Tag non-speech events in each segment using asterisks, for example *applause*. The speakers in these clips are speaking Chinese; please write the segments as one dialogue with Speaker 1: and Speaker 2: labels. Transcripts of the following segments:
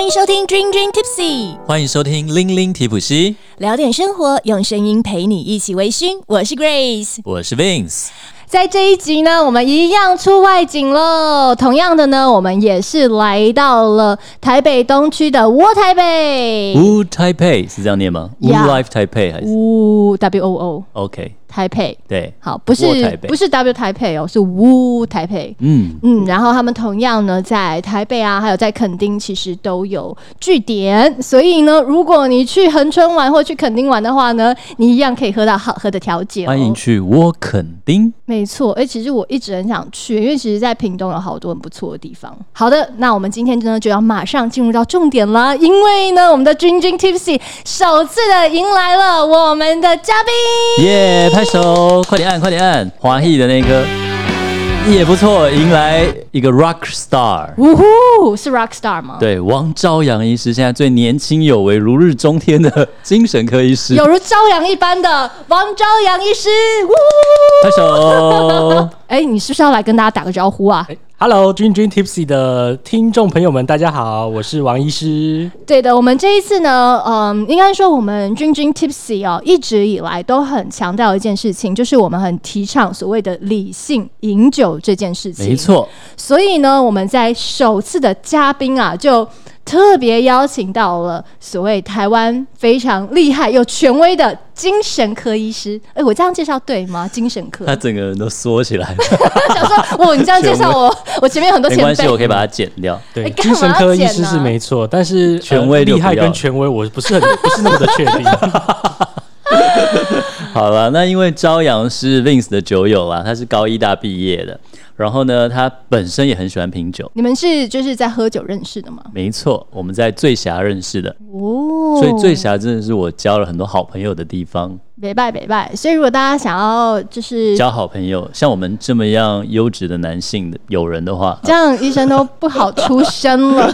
Speaker 1: 迎收听 Dream Dream Tipsy，
Speaker 2: 欢迎收听《零零提普西》，
Speaker 1: 聊点生活，用声音陪你一起微醺。我是 Grace，
Speaker 2: 我是 Vince。
Speaker 3: 在这一集呢，我们一样出外景喽。同样的呢，我们也是来到了台北东区的窝台北。
Speaker 2: Wu Taipei 是这样念吗？Wu
Speaker 3: Yeah
Speaker 2: Life Taipei 还是
Speaker 3: 呜 W O O
Speaker 2: OK？
Speaker 3: 台北，
Speaker 2: 对，
Speaker 3: 好，不
Speaker 2: 窝台
Speaker 3: 是
Speaker 2: 北
Speaker 3: 不是 W 台北哦，是呜台北。
Speaker 2: 嗯，
Speaker 3: 嗯，然后他们同样呢，在台北啊，还有在垦丁，其实都有据点。所以呢，如果你去恒春玩或去垦丁玩的话呢，你一样可以喝到好喝的调酒。
Speaker 2: 欢迎去窝垦丁。
Speaker 3: 没错，哎、其实我一直很想去，因为其实，在屏东有好多很不错的地方。好的，那我们今天呢就要马上进入到重点啦，因为呢，我们的君君 Tipsy 首次的迎来了我们的嘉宾。
Speaker 2: 耶、拍手，快点按，快点按，华裔的那个也不错，迎来一个 rock star。
Speaker 3: 呜呼，是 rock star 吗？，
Speaker 2: 对，王朝阳医师现在最年轻有为、如日中天的精神科医师，
Speaker 3: 有如朝阳一般的王朝阳医师。呜
Speaker 2: 拍手。
Speaker 3: 哎、你是不是要来跟大家打个招呼啊？
Speaker 4: 哎 Hello，君君 Tipsy 的听众朋友们，大家好，我是王医师。
Speaker 3: 对的，我们这一次呢，嗯，应该说我们君君 Tipsy 哦，一直以来都很强调一件事情，就是我们很提倡所谓的理性饮酒这件事情。
Speaker 2: 没，错，
Speaker 3: 所以呢，我们在首次的嘉宾啊，就特别邀请到了所谓台湾非常厉害又权威的精神科医师。哎，我这样介绍对吗？精神科，
Speaker 2: *laughs* 他整个人都缩起来了，
Speaker 3: 想说，哦哇，你这样介绍我，我前面很多
Speaker 2: 没
Speaker 3: 前
Speaker 2: 关系，
Speaker 3: 辈，
Speaker 2: 我可以把它剪掉。
Speaker 3: 哎
Speaker 4: 对，
Speaker 3: 干嘛
Speaker 4: 精神科医师是没错，但是
Speaker 2: 权威
Speaker 4: 呃
Speaker 2: 就不
Speaker 4: 厉
Speaker 2: 要
Speaker 4: 害跟权威，我不是很不是那么的确 *laughs* 定。
Speaker 2: 好了，那因为朝阳是 Vince 的酒友啦，他是高医大毕业的，然后呢，他本身也很喜欢品酒。
Speaker 3: 你们是就是在喝酒认识的吗？
Speaker 2: 没错，我们在醉侠认识的，
Speaker 3: 哦，
Speaker 2: 所以醉侠真的是我交了很多好朋友的地方，
Speaker 3: 北拜北拜，所以如果大家想要就是
Speaker 2: 交好朋友，像我们这么样优质的男性的友人的话，
Speaker 3: 这样，医生都不好出声了。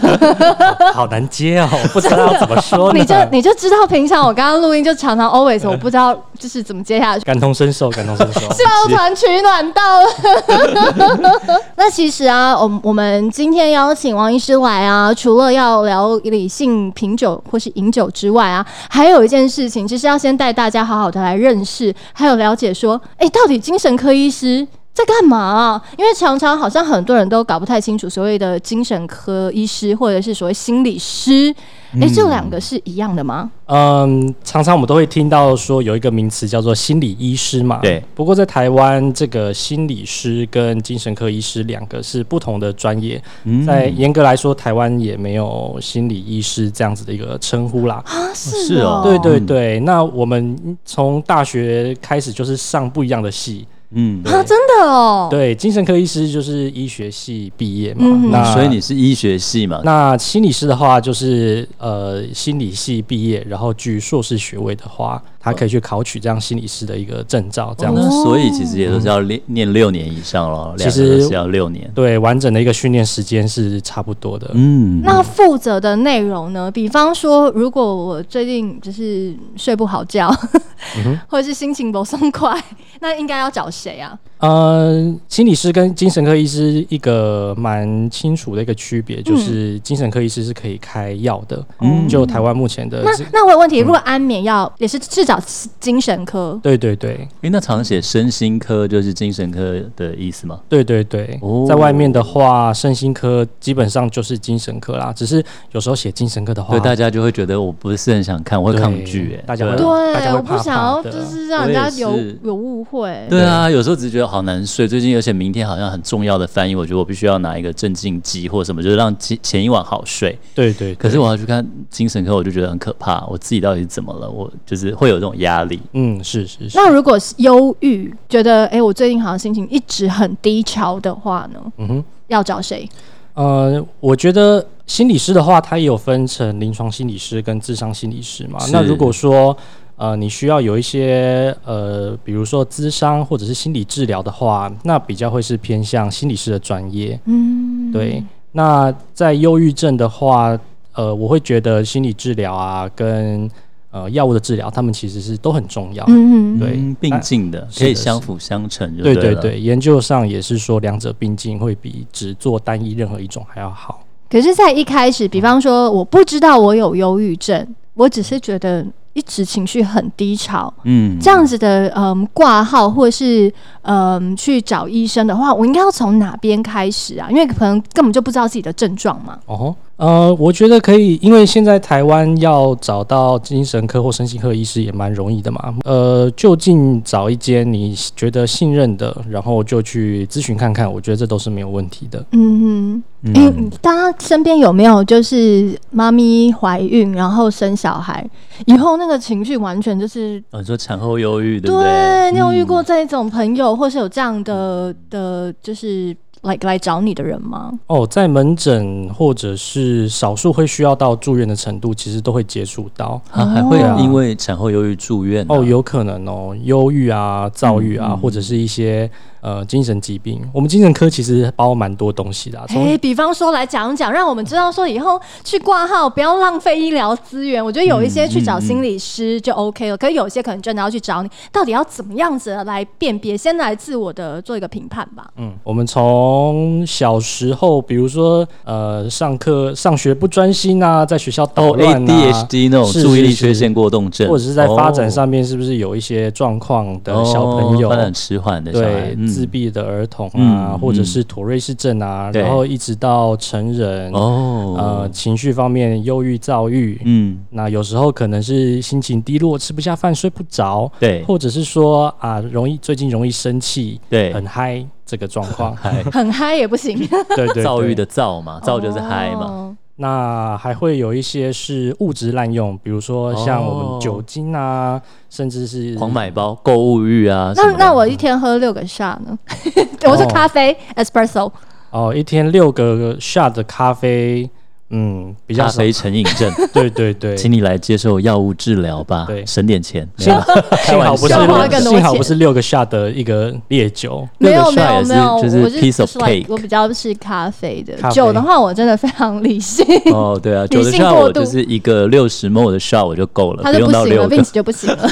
Speaker 4: 好难接 *laughs* 哦，不知道要怎么说呢
Speaker 3: 你就你就知道，平常我刚刚录音就常常 always 我不知道就是怎么接下去。
Speaker 4: 感同身受，感同身受。
Speaker 3: 抱团取暖到了。 *laughs* 那其实啊，我我们今天邀请王医师来啊，除了要聊理性品酒或是饮酒之外啊，还有一件事情，就是要先带大家好好的来认识，还有了解说，哎、到底精神科医师。在干嘛啊、因为常常好像很多人都搞不太清楚所谓的精神科医师或者是所谓心理师，哎、
Speaker 2: 嗯
Speaker 3: 这两个是一样的吗？
Speaker 4: *laughs* 嗯，常常我们都会听到说有一个名词叫做心理医师嘛。
Speaker 2: 对。
Speaker 4: 不过在台湾，这个心理师跟精神科医师两个是不同的专业，在严格来说，台湾也没有心理医师这样子的一个称呼啦。
Speaker 3: 啊，
Speaker 2: 是哦
Speaker 4: 对对对，那我们从大学开始就是上不一样的系，
Speaker 2: 嗯，
Speaker 3: 啊，真的哦，
Speaker 4: 对，精神科医师就是医学系毕业嘛，
Speaker 3: 嗯
Speaker 4: 那
Speaker 2: 所以你是医学系嘛？
Speaker 4: 那心理师的话就是呃心理系毕业，然后具硕士学位的话，他可以去考取这样心理师的一个证照，这样子。
Speaker 2: 那哦所以其实也都是要练念六年以上咯，两
Speaker 4: 其
Speaker 2: 个
Speaker 4: 实
Speaker 2: 都是要六年。
Speaker 4: 对，完整的一个训练时间是差不多的。
Speaker 2: 嗯，
Speaker 3: 那负责的内容呢？比方说，如果我最近就是睡不好觉， *laughs* 或者是心情不松快， *laughs* 那应该要找谁啊？
Speaker 4: 呃，心理师跟精神科医师一个蛮清楚的一个区别，就是精神科医师是可以开药的，
Speaker 2: 嗯
Speaker 4: 就台湾目前的
Speaker 3: 那
Speaker 4: 这，
Speaker 3: 那我有问题，如果安眠药也是是找精神科？
Speaker 4: 对对对。
Speaker 2: 诶，那常写身心科就是精神科的意思吗？
Speaker 4: 对对对，
Speaker 2: 哦
Speaker 4: 在外面的话，身心科基本上就是精神科啦。只是有时候写精神科的话，
Speaker 2: 对，大家就会觉得我不是很想看，我会
Speaker 4: 对
Speaker 2: 抗拒、哎，
Speaker 4: 大家
Speaker 2: 对
Speaker 4: 会
Speaker 2: 啊
Speaker 3: 对，
Speaker 4: 大家会
Speaker 3: 我不
Speaker 4: 怕
Speaker 3: 想
Speaker 4: 怕
Speaker 3: 要，
Speaker 4: 的
Speaker 3: 就是让
Speaker 2: 我
Speaker 3: 人
Speaker 2: 也
Speaker 3: 家有
Speaker 2: 是
Speaker 3: 有误会。
Speaker 2: 对啊，有时候只是觉得好难睡。最近，而且明天好像很重要的翻译，我觉得我必须要拿一个镇静剂或什么，就是让前前一晚好睡。
Speaker 4: 对对对
Speaker 2: 可是我要去看精神科，我就觉得很可怕。我自己到底怎么了？我就是会有这种压力。
Speaker 4: 嗯，是是是。
Speaker 3: 那如果是忧郁，觉得诶，我最近好像心情一直很低潮的话呢，
Speaker 4: 嗯哼，
Speaker 3: 要找谁？
Speaker 4: 呃，我觉得心理师的话，它也有分成临床心理师跟智商心理师嘛。
Speaker 2: 是
Speaker 4: 那如果说呃，你需要有一些呃，比如说咨商或者是心理治疗的话，那比较会是偏向心理师的专业。
Speaker 3: 嗯，
Speaker 4: 对，那在忧郁症的话，呃，我会觉得心理治疗啊，跟呃药物的治疗，他们其实是都很重要。
Speaker 3: 嗯，嗯，
Speaker 4: 对
Speaker 2: 嗯并进的，
Speaker 4: 啊是
Speaker 2: 可
Speaker 4: 的
Speaker 2: 以相辅相成就
Speaker 4: 对
Speaker 2: 对
Speaker 4: 对
Speaker 2: 了。
Speaker 4: 对，研究上也是说两者并进会比只做单一任何一种还要好。
Speaker 3: 可是，在一开始，比方说，我不知道我有忧郁症，我只是觉得一直情绪很低潮，
Speaker 2: 嗯，
Speaker 3: 这样子的嗯挂号或是嗯去找医生的话，我应该要从哪边开始啊？因为可能根本就不知道自己的症状嘛。
Speaker 4: 哦，呃，我觉得可以，因为现在台湾要找到精神科或身心科医师也蛮容易的嘛。呃，就近找一间你觉得信任的，然后就去咨询看看，我觉得这都是没有问题的。
Speaker 3: 嗯哼，诶、大家身边有没有就是妈咪怀孕然后生小孩以后那个情绪完全就是
Speaker 2: 哦，你说产后忧郁对不
Speaker 3: 对，你有遇
Speaker 2: 嗯
Speaker 3: 过这种朋友，或是有这样的的，就是来来找你的人吗？
Speaker 4: 哦，在门诊或者是少数会需要到住院的程度，其实都会接触到。
Speaker 3: 嗯
Speaker 2: 啊，还会
Speaker 4: 哦
Speaker 2: 因为产后忧郁住院啊
Speaker 4: 哦，有可能哦，忧郁啊、躁郁啊，
Speaker 2: 嗯嗯
Speaker 4: 或者是一些呃精神疾病。我们精神科其实包蛮多东西的、啊，从
Speaker 3: 哎，比方说来讲讲，让我们知道说以后去挂号不要浪费医疗资源。我觉得有一些去找心理师就 OK
Speaker 2: 嗯
Speaker 3: 了，可是有些可能真的要去找你，到底要怎么样子来辨别？先来自我的做一个评判
Speaker 2: *laughs*
Speaker 3: 吧。
Speaker 4: 嗯，我们从小时候，比如说呃，上课上学不专心啊，在学校
Speaker 2: 哦
Speaker 4: 捣乱啊，
Speaker 2: ADHD 那种
Speaker 4: 是
Speaker 2: 注意
Speaker 4: 是
Speaker 2: 力
Speaker 4: 是
Speaker 2: 缺陷过动症，
Speaker 4: 或者是在发展
Speaker 2: 哦
Speaker 4: 上面是不是有一些状况的小朋
Speaker 2: 哦
Speaker 4: 友，
Speaker 2: 发展迟缓的小孩
Speaker 4: 对、，
Speaker 2: 嗯
Speaker 4: 自闭的儿童啊，
Speaker 2: 嗯
Speaker 4: 或者是妥瑞氏症啊，
Speaker 2: 对
Speaker 4: 然后一直到成人，
Speaker 2: 哦，
Speaker 4: 呃，情绪方面忧郁、躁郁。
Speaker 2: 嗯，
Speaker 4: 那有时候可能是心情低落，吃不下饭，睡不着，
Speaker 2: 对
Speaker 4: 或者是说啊，容易最近容易生气，
Speaker 2: 对，，
Speaker 4: 很嗨这个状况
Speaker 2: 嗨，
Speaker 3: 很嗨也不行，
Speaker 4: *laughs*
Speaker 2: *laughs*
Speaker 4: 对对对，
Speaker 2: 躁郁的躁嘛，躁就是嗨嘛，
Speaker 3: 哦。
Speaker 4: 那还会有一些是物质滥用，比如说像我
Speaker 2: 哦
Speaker 4: 们酒精啊，甚至是
Speaker 2: 狂买包、购物欲啊什
Speaker 3: 那
Speaker 2: 么的，
Speaker 3: 那我一天喝六个 shot 呢？ *laughs* 我是
Speaker 4: 哦
Speaker 3: 咖啡 espresso。
Speaker 4: 哦，一天六个 shot 的咖啡，嗯，比较
Speaker 2: 咖
Speaker 4: 少。
Speaker 2: 啡成瘾症，
Speaker 4: 对对对，
Speaker 2: 请你来接受药物治疗吧，
Speaker 4: 对啊
Speaker 2: 省点钱，
Speaker 3: *laughs*
Speaker 2: 没
Speaker 4: 幸
Speaker 2: 有
Speaker 4: 好幸好不是
Speaker 3: 笑话更多
Speaker 4: 幸好
Speaker 3: 钱
Speaker 4: 不是六个 shot 的一个烈酒，
Speaker 3: 没有
Speaker 2: 那
Speaker 3: 没有
Speaker 2: 个 shot 也是
Speaker 3: 没有，
Speaker 2: 就是
Speaker 3: 我是
Speaker 2: piece of
Speaker 3: 是 like-
Speaker 2: cake
Speaker 3: 我比较是咖啡的
Speaker 4: 咖啡
Speaker 3: 酒的话，我真的非常理性，
Speaker 4: *laughs*
Speaker 2: 哦，对啊，
Speaker 3: 理性
Speaker 2: 酒的 shot
Speaker 3: 过
Speaker 2: 我
Speaker 3: 度
Speaker 2: 就是一个六十 ml 的 shot 我就够了，
Speaker 3: 他
Speaker 2: 呃
Speaker 3: 就
Speaker 2: 不用
Speaker 3: 不
Speaker 2: 到
Speaker 3: 行
Speaker 2: 六
Speaker 3: 了
Speaker 2: 个
Speaker 3: ，Vince 就不行
Speaker 2: *laughs*
Speaker 3: 了。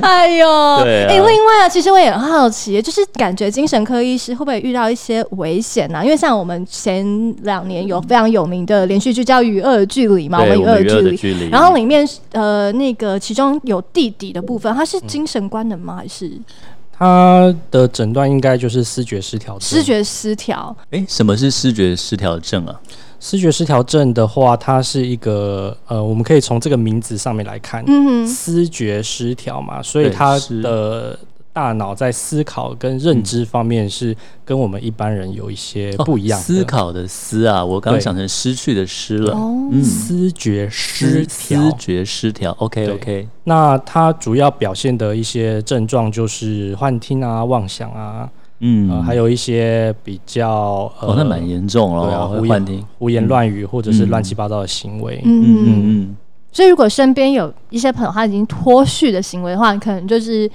Speaker 3: 哎呦，
Speaker 2: 对啊
Speaker 3: 哎，另外啊，其实我也很好奇，就是感觉精神科医师会不会遇到一些危险啊？因为像我们前两年有非常有名的连续剧叫《与恶的距离》嘛，
Speaker 2: 对
Speaker 3: 们与
Speaker 2: 我
Speaker 3: 恶的
Speaker 2: 们娱
Speaker 3: 距
Speaker 2: 乐的
Speaker 3: 离，
Speaker 2: 距离，
Speaker 3: 然后里面呃那个其中有弟弟的部分，他
Speaker 2: 嗯
Speaker 3: 是精神官能吗？还是
Speaker 4: 他的诊断应该就是视觉失调症。
Speaker 3: 视觉失调？
Speaker 2: 哎，什么是视觉失调症啊？
Speaker 4: 视觉失调症的话，它是一个呃，我们可以从这个名字上面来看，
Speaker 3: 嗯哼，
Speaker 4: 思觉失调嘛，所以
Speaker 2: 对
Speaker 4: 他
Speaker 2: 是
Speaker 4: 的大脑在思考跟认知方面是跟我们一般人有一些不一样
Speaker 2: 哦
Speaker 4: 的。
Speaker 2: 思考的思啊，我刚刚
Speaker 4: 对
Speaker 2: 想成失去的失了，
Speaker 3: 哦
Speaker 2: 嗯，
Speaker 4: 思觉失调，
Speaker 2: 思觉失调，OK OK，
Speaker 4: 那它主要表现的一些症状就是幻听啊、妄想啊，
Speaker 2: 嗯，
Speaker 4: 呃，还有一些比较呃，
Speaker 2: 哦，那蛮严嗯重
Speaker 4: 对啊
Speaker 2: 了，会
Speaker 4: 胡
Speaker 2: 幻
Speaker 4: 言
Speaker 2: 听，
Speaker 4: 胡言乱语或者是乱七八糟的行为。
Speaker 3: 嗯嗯。
Speaker 2: 嗯嗯，
Speaker 3: 所以，如果身边有一些朋友他已经脱序的行为的话，你可能就是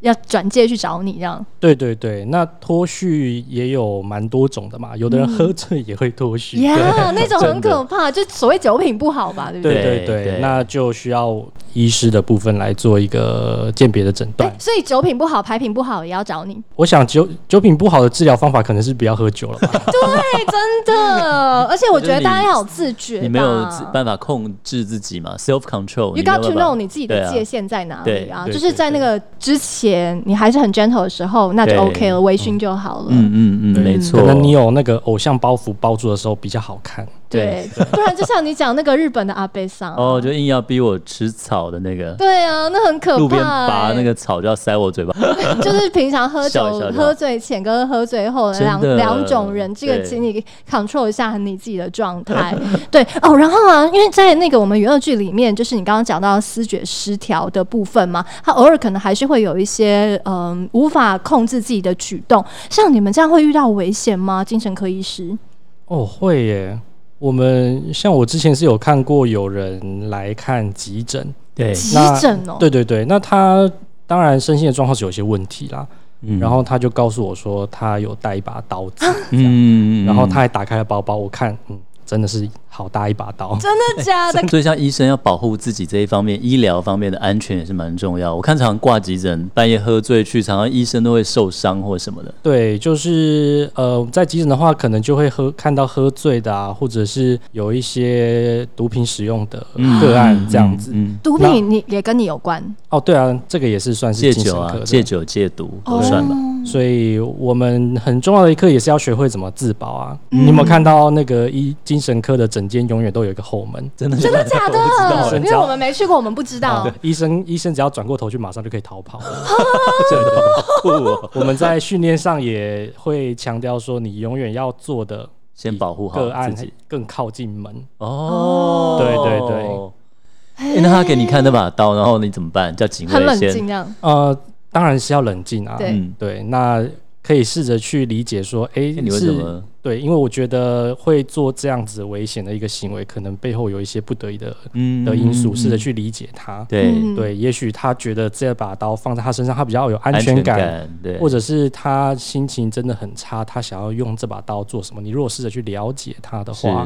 Speaker 3: 要转介去找你这样。
Speaker 4: 对对对，那脱序也有蛮多种的嘛，有的人喝醉也会脱序。
Speaker 3: 呀、那种很
Speaker 4: 真的
Speaker 3: 可怕，就所谓酒品不好吧，对不对？
Speaker 4: 对
Speaker 2: 对
Speaker 4: 对对，
Speaker 2: 对
Speaker 4: 那就需要医师的部分来做一个鉴别的诊断。
Speaker 3: 哎所以酒品不好、牌品不好也要找你，
Speaker 4: 我想酒酒品不好的治疗方法可能是不要喝酒了
Speaker 2: *laughs*
Speaker 4: 吧？
Speaker 3: 真的。而且我觉
Speaker 2: 就是
Speaker 3: 得
Speaker 2: 你
Speaker 3: 大家要有自觉吧，
Speaker 2: 你没有自办法控制自己嘛，self
Speaker 3: You
Speaker 2: control，没有
Speaker 3: got to
Speaker 2: 办
Speaker 3: know
Speaker 2: 法。
Speaker 3: 你自己
Speaker 2: 对
Speaker 3: 的
Speaker 2: 啊
Speaker 3: 界限在哪里啊？
Speaker 4: 对对
Speaker 3: 就是在那个之前，你还是很 gentle 的时候，那就
Speaker 2: 对
Speaker 3: OK 了，微醺就好了。
Speaker 2: 嗯嗯嗯，
Speaker 4: 对
Speaker 2: 没错。
Speaker 4: 可能你有那个偶像包袱包住的时候比较好看。
Speaker 3: 对，不然就像你讲那个日本的阿贝桑，
Speaker 2: 哦，就硬要逼我吃草的那个，
Speaker 3: 对啊，那很可怕、欸。
Speaker 2: 路边拔那个草就要塞我嘴巴。 *laughs*
Speaker 3: 就是平常喝酒
Speaker 2: 笑一笑就好
Speaker 3: 喝醉前跟喝醉后的
Speaker 2: 真
Speaker 3: 两
Speaker 2: 的
Speaker 3: 两种人，这个
Speaker 2: 对
Speaker 3: 请你 control 一下你自己的状
Speaker 2: *laughs*
Speaker 3: 态。对哦，然后啊，因为在那个我们娱乐剧里面，就是你刚刚讲到思觉失调的部分嘛，他偶尔可能还是会有一些嗯无法控制自己的举动，像你们这样会遇到危险吗？精神科医师？
Speaker 4: 哦，会耶。我们像我之前是有看过有人来看急诊，
Speaker 2: 对，
Speaker 3: 急
Speaker 4: 那
Speaker 3: 诊哦
Speaker 4: 对对对，那他当然身心的状况是有些问题啦。
Speaker 2: 嗯
Speaker 4: 然后他就告诉我说他有带一把刀子，
Speaker 2: 嗯，
Speaker 4: 然后他还打开了包包，我看，嗯，真的是好大一把刀。
Speaker 3: 真的假
Speaker 2: *laughs*
Speaker 3: 的？
Speaker 2: 所以，像医生要保护自己这一方面，医疗方面的安全也是蛮重要。我看常常挂急诊，半夜喝醉去，常常医生都会受伤或什么的。
Speaker 4: 对，就是呃，在急诊的话，可能就会喝看到喝醉的啊，或者是有一些毒品使用的个案嗯啊这样子。
Speaker 2: 嗯，
Speaker 3: 毒品你也跟你有关
Speaker 4: 哦，对啊，这个也是算
Speaker 2: 戒
Speaker 4: 是精神
Speaker 2: 酒
Speaker 4: 科
Speaker 2: 啊
Speaker 4: 的，
Speaker 2: 戒酒戒毒
Speaker 3: 哦
Speaker 2: 都算吧。
Speaker 4: 所以我们很重要的一课也是要学会怎么自保啊。
Speaker 2: 嗯
Speaker 4: 你有没有看到那个医精神科的诊间永远都有一个后门？
Speaker 2: 真的
Speaker 3: 真的假的？
Speaker 4: 真
Speaker 3: 因
Speaker 4: 的
Speaker 3: 为我们没去过，我们不知道
Speaker 4: 啊。医生医生只要转过头去，马上就可以
Speaker 2: *laughs*
Speaker 4: 逃跑。
Speaker 2: 真的好酷哦！
Speaker 4: 我们在训练上也会强调说，你永远要做的
Speaker 2: 先保护好
Speaker 4: 个案
Speaker 2: 自己。
Speaker 4: 更靠近门。
Speaker 2: 哦，
Speaker 4: 对对对
Speaker 2: 诶那他给你看那把刀，然后你怎么办？叫警
Speaker 3: 很
Speaker 2: 卫
Speaker 3: 冷静
Speaker 2: 先。
Speaker 3: 这样。
Speaker 4: 呃，当然是要冷静啊。
Speaker 3: 对
Speaker 2: 嗯，
Speaker 4: 对，那可以试着去理解说，哎、
Speaker 2: 那你为什
Speaker 4: 是
Speaker 2: 么？
Speaker 4: 对，因为我觉得会做这样子危险的一个行为，可能背后有一些不得已的
Speaker 2: 嗯
Speaker 4: 的因素，试
Speaker 2: 嗯
Speaker 4: 着。
Speaker 2: 嗯
Speaker 4: 去理解他。
Speaker 2: 对，
Speaker 3: 嗯
Speaker 4: 对，也许他觉得这把刀放在他身上，他比较有安
Speaker 2: 安
Speaker 4: 全感，
Speaker 2: 感，对，
Speaker 4: 或者是他心情真的很差，他想要用这把刀做什么？你如果试着去了解他的
Speaker 2: 是
Speaker 4: 话，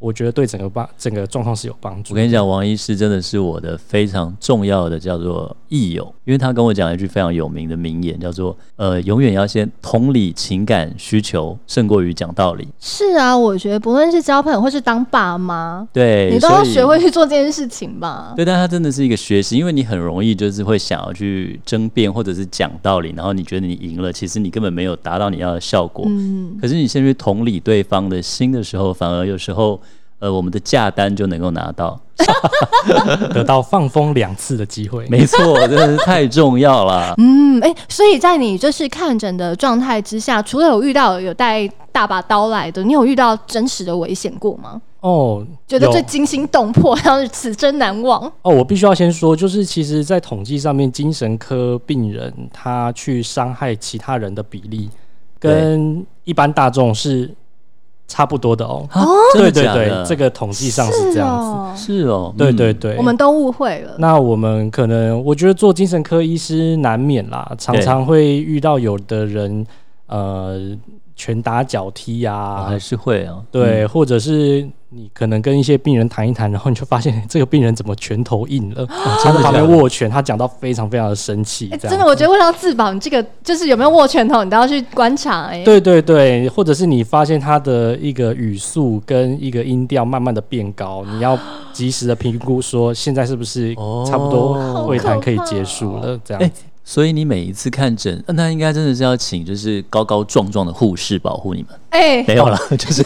Speaker 4: 我觉得对整个帮整个状况是有帮助
Speaker 2: 我。跟你讲，王医师真的是我的非常重要的叫做益友，因为他跟我讲了一句非常有名的名言，叫做“呃，永远要先同理情感需求，胜过于讲道理
Speaker 3: 是啊，我觉得不论是交朋友或是当爸妈”。，
Speaker 2: 对，
Speaker 3: 你都要
Speaker 2: 所以
Speaker 3: 学会去做这件事情吧。
Speaker 2: 对，但它真的是一个学习，因为你很容易就是会想要去争辩或者是讲道理，然后你觉得你赢了，其实你根本没有达到你要的效果。
Speaker 3: 嗯，
Speaker 2: 可是你先去同理对方的心的时候，反而有时候呃我们的价单就能够拿到。
Speaker 4: 得到放风两次的机会，
Speaker 3: *laughs*
Speaker 2: 没错，真的是太重要了。
Speaker 3: 嗯，哎、所以在你就是看诊的状态之下，除了有遇到有带大把刀来的，你有遇到真实的危险过吗？
Speaker 4: 哦，
Speaker 3: 觉得
Speaker 4: 有
Speaker 3: 最惊心动魄，然后此生难忘。
Speaker 4: 哦，我必须要先说，就是其实，在统计上面，精神科病人他去伤害其他人的比例，跟一般大众是差不多的哦。
Speaker 2: 啊
Speaker 4: 对
Speaker 2: 真的
Speaker 4: 对
Speaker 2: 假
Speaker 4: 对，
Speaker 2: 的？
Speaker 4: 这个统计上是这样子。
Speaker 3: 哦，
Speaker 2: 是哦，
Speaker 4: 对
Speaker 2: 嗯
Speaker 4: 对对，
Speaker 3: 我们都误会了。
Speaker 4: 那我们可能，我觉得做精神科医师难免啦，常
Speaker 2: 对
Speaker 4: 常会遇到有的人，呃，拳打脚踢呀、
Speaker 2: 我还是会啊。
Speaker 4: 对，或者是你可能跟一些病人谈一谈，然后你就发现哎这个病人怎么拳头硬了，
Speaker 2: 啊
Speaker 4: 啊他在旁边握拳，他讲到非常非常的生气，
Speaker 3: 哎、
Speaker 4: 这样
Speaker 3: 真的，我觉得为了要自保，你这个就是有没有握拳头，你都要去观察、哎，
Speaker 4: 对对对，或者是你发现他的一个语速跟一个音调慢慢的变高，你要及时的评估说现在是不是
Speaker 2: 哦
Speaker 4: 差不多会谈可以
Speaker 3: 好可怕哦
Speaker 4: 结束了，这样
Speaker 2: 哎
Speaker 4: 子。
Speaker 2: 所以你每一次看诊，呃那应该真的是要请就是高高壮壮的护士保护你们。
Speaker 3: 哎、
Speaker 2: 没有啦，就是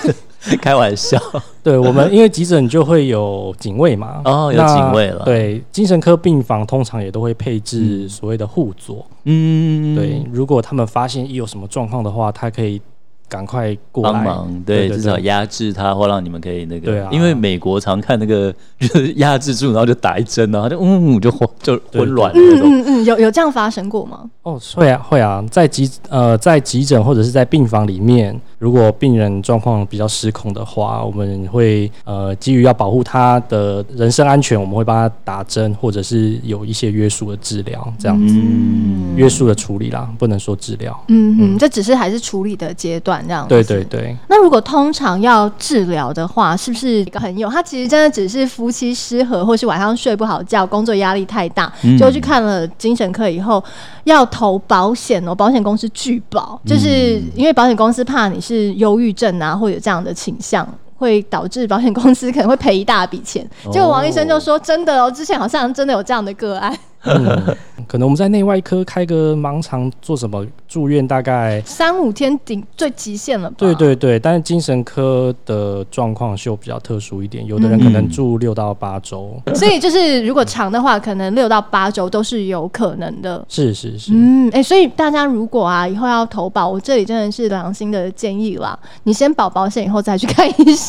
Speaker 2: 开玩笑。
Speaker 4: 对我们，因为急诊就会有警卫嘛，
Speaker 2: *laughs* 哦有
Speaker 4: 那
Speaker 2: 警卫了
Speaker 4: 对，精神科病房通常也都会配置所谓的护佐，
Speaker 2: 嗯，
Speaker 4: 对，，如果他们发现一有什么状况的话，他可以赶快过来
Speaker 2: 帮忙，对，
Speaker 4: 对
Speaker 2: 至少压制他，或让你们可以那个。
Speaker 4: 对啊
Speaker 2: 因为美国常看那个 *laughs* 就是压制住，然后就打一针，然后就嗯 *laughs* 就昏就
Speaker 4: 对
Speaker 2: 混乱了那
Speaker 3: 嗯
Speaker 2: 种。
Speaker 3: 嗯嗯，有有这样发生过吗？
Speaker 4: 哦，会啊会啊，在急呃在急诊或者是在病房里面，如果病人状况比较失控的话，我们会呃基于要保护他的人身安全，我们会帮他打针或者是有一些约束的治疗，这样子、
Speaker 2: 嗯，
Speaker 4: 约束的处理啦，不能说治疗。
Speaker 3: 嗯嗯，这只是还是处理的阶段这样子。
Speaker 4: 对对对，
Speaker 3: 那如果通常要治疗的话，是不是一个朋友他其实真的只是夫妻失和，或是晚上睡不好觉，工作压力太大，
Speaker 2: 嗯
Speaker 3: 就去看了精神科以后要投保险哦，保险公司拒保，就是因为保险公司怕你是忧郁症啊，或有这样的倾向。会导致保险公司可能会赔一大笔钱，
Speaker 2: 哦
Speaker 3: 结果王医生就说：“真的哦，之前好像真的有这样的个案，
Speaker 4: 嗯，可能我们在内外科开个盲肠做什么住院，大概
Speaker 3: 三五天顶最极限了吧？”
Speaker 4: 对对对，但是精神科的状况就比较特殊一点，有的人可能住六到八周，
Speaker 3: 所以就是如果长的话，可能六到八周都是有可能的。
Speaker 4: 是是是，
Speaker 3: 嗯，哎、所以大家如果啊以后要投保，我这里真的是良心的建议啦，你先保保险，以后再去看医生。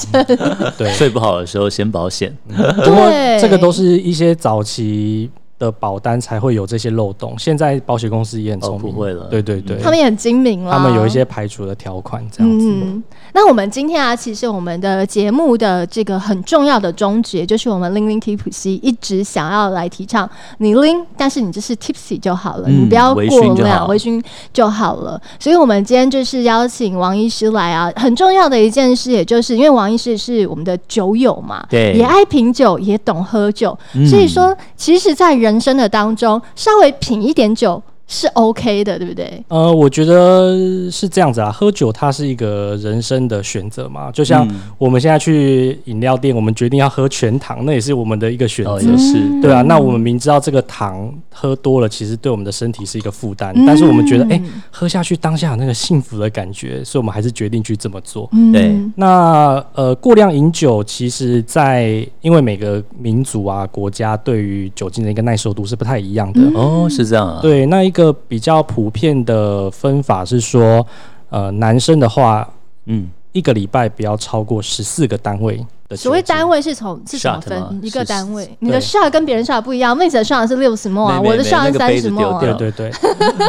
Speaker 4: 对。
Speaker 2: 睡不好的时候先保险。
Speaker 4: 不过
Speaker 3: 对
Speaker 4: 这个都是一些早期的保单才会有这些漏洞。现在保险公司也很
Speaker 2: 哦，
Speaker 4: 聪
Speaker 2: 不
Speaker 4: 明，
Speaker 2: 会了，
Speaker 4: 对对对，
Speaker 3: 他们也很精明啦。
Speaker 4: 他们有一些排除的条款，这样子。
Speaker 3: 嗯，那我们今天啊，其实我们的节目的这个很重要的宗旨，也就是我们 Ling Ling Tipsy 一直想要来提倡，你 Ling，但是你就是 Tipsy 就好了，
Speaker 2: 嗯
Speaker 3: 你不要
Speaker 2: 微醺
Speaker 3: 过
Speaker 2: 就
Speaker 3: 量，
Speaker 2: 好
Speaker 3: 微醺就好了。所以，我们今天就是邀请王医师来啊，很重要的一件事，也就是因为王医师是我们的酒友嘛，
Speaker 2: 对
Speaker 3: 也爱品酒，也懂喝酒，
Speaker 2: 嗯
Speaker 3: 所以说，其实，在人生的当中，稍微品一点酒是 OK 的，对不对？
Speaker 4: 呃，我觉得是这样子啊，喝酒它是一个人生的选择嘛，就像
Speaker 2: 嗯
Speaker 4: 我们现在去饮料店，我们决定要喝全糖，那也是我们的一个选择。
Speaker 2: 哦也是，
Speaker 3: 嗯
Speaker 4: 对啊，那我们明知道这个糖喝多了，其实对我们的身体是一个负担，但是我们觉得，哎、
Speaker 3: 嗯
Speaker 4: 喝下去当下有那个幸福的感觉，所以我们还是决定去这么做。
Speaker 3: 嗯
Speaker 2: 对
Speaker 4: 那呃，过量饮酒，其实在因为每个民族啊、国家对于酒精的一个耐受度是不太一样的。
Speaker 2: 哦是这样啊，
Speaker 4: 对，那一个比较普遍的分法是说，呃，男生的话，
Speaker 2: 嗯，
Speaker 4: 一个礼拜不要超过十四个单位的酒精。
Speaker 3: 所谓单位是从是怎么
Speaker 2: Shot 吗
Speaker 3: 分？一个
Speaker 2: 是
Speaker 3: 单位，你的 shot 跟别人 shot 不一样，妹子的 shot 是六十 m 啊，
Speaker 2: 没没
Speaker 3: 我的
Speaker 2: 没
Speaker 3: shot
Speaker 2: 那
Speaker 3: 是
Speaker 2: 个
Speaker 3: 三
Speaker 2: 杯子
Speaker 3: 十 m
Speaker 2: 丢
Speaker 4: 对
Speaker 3: 啊
Speaker 2: 掉。
Speaker 4: 对对。 *laughs*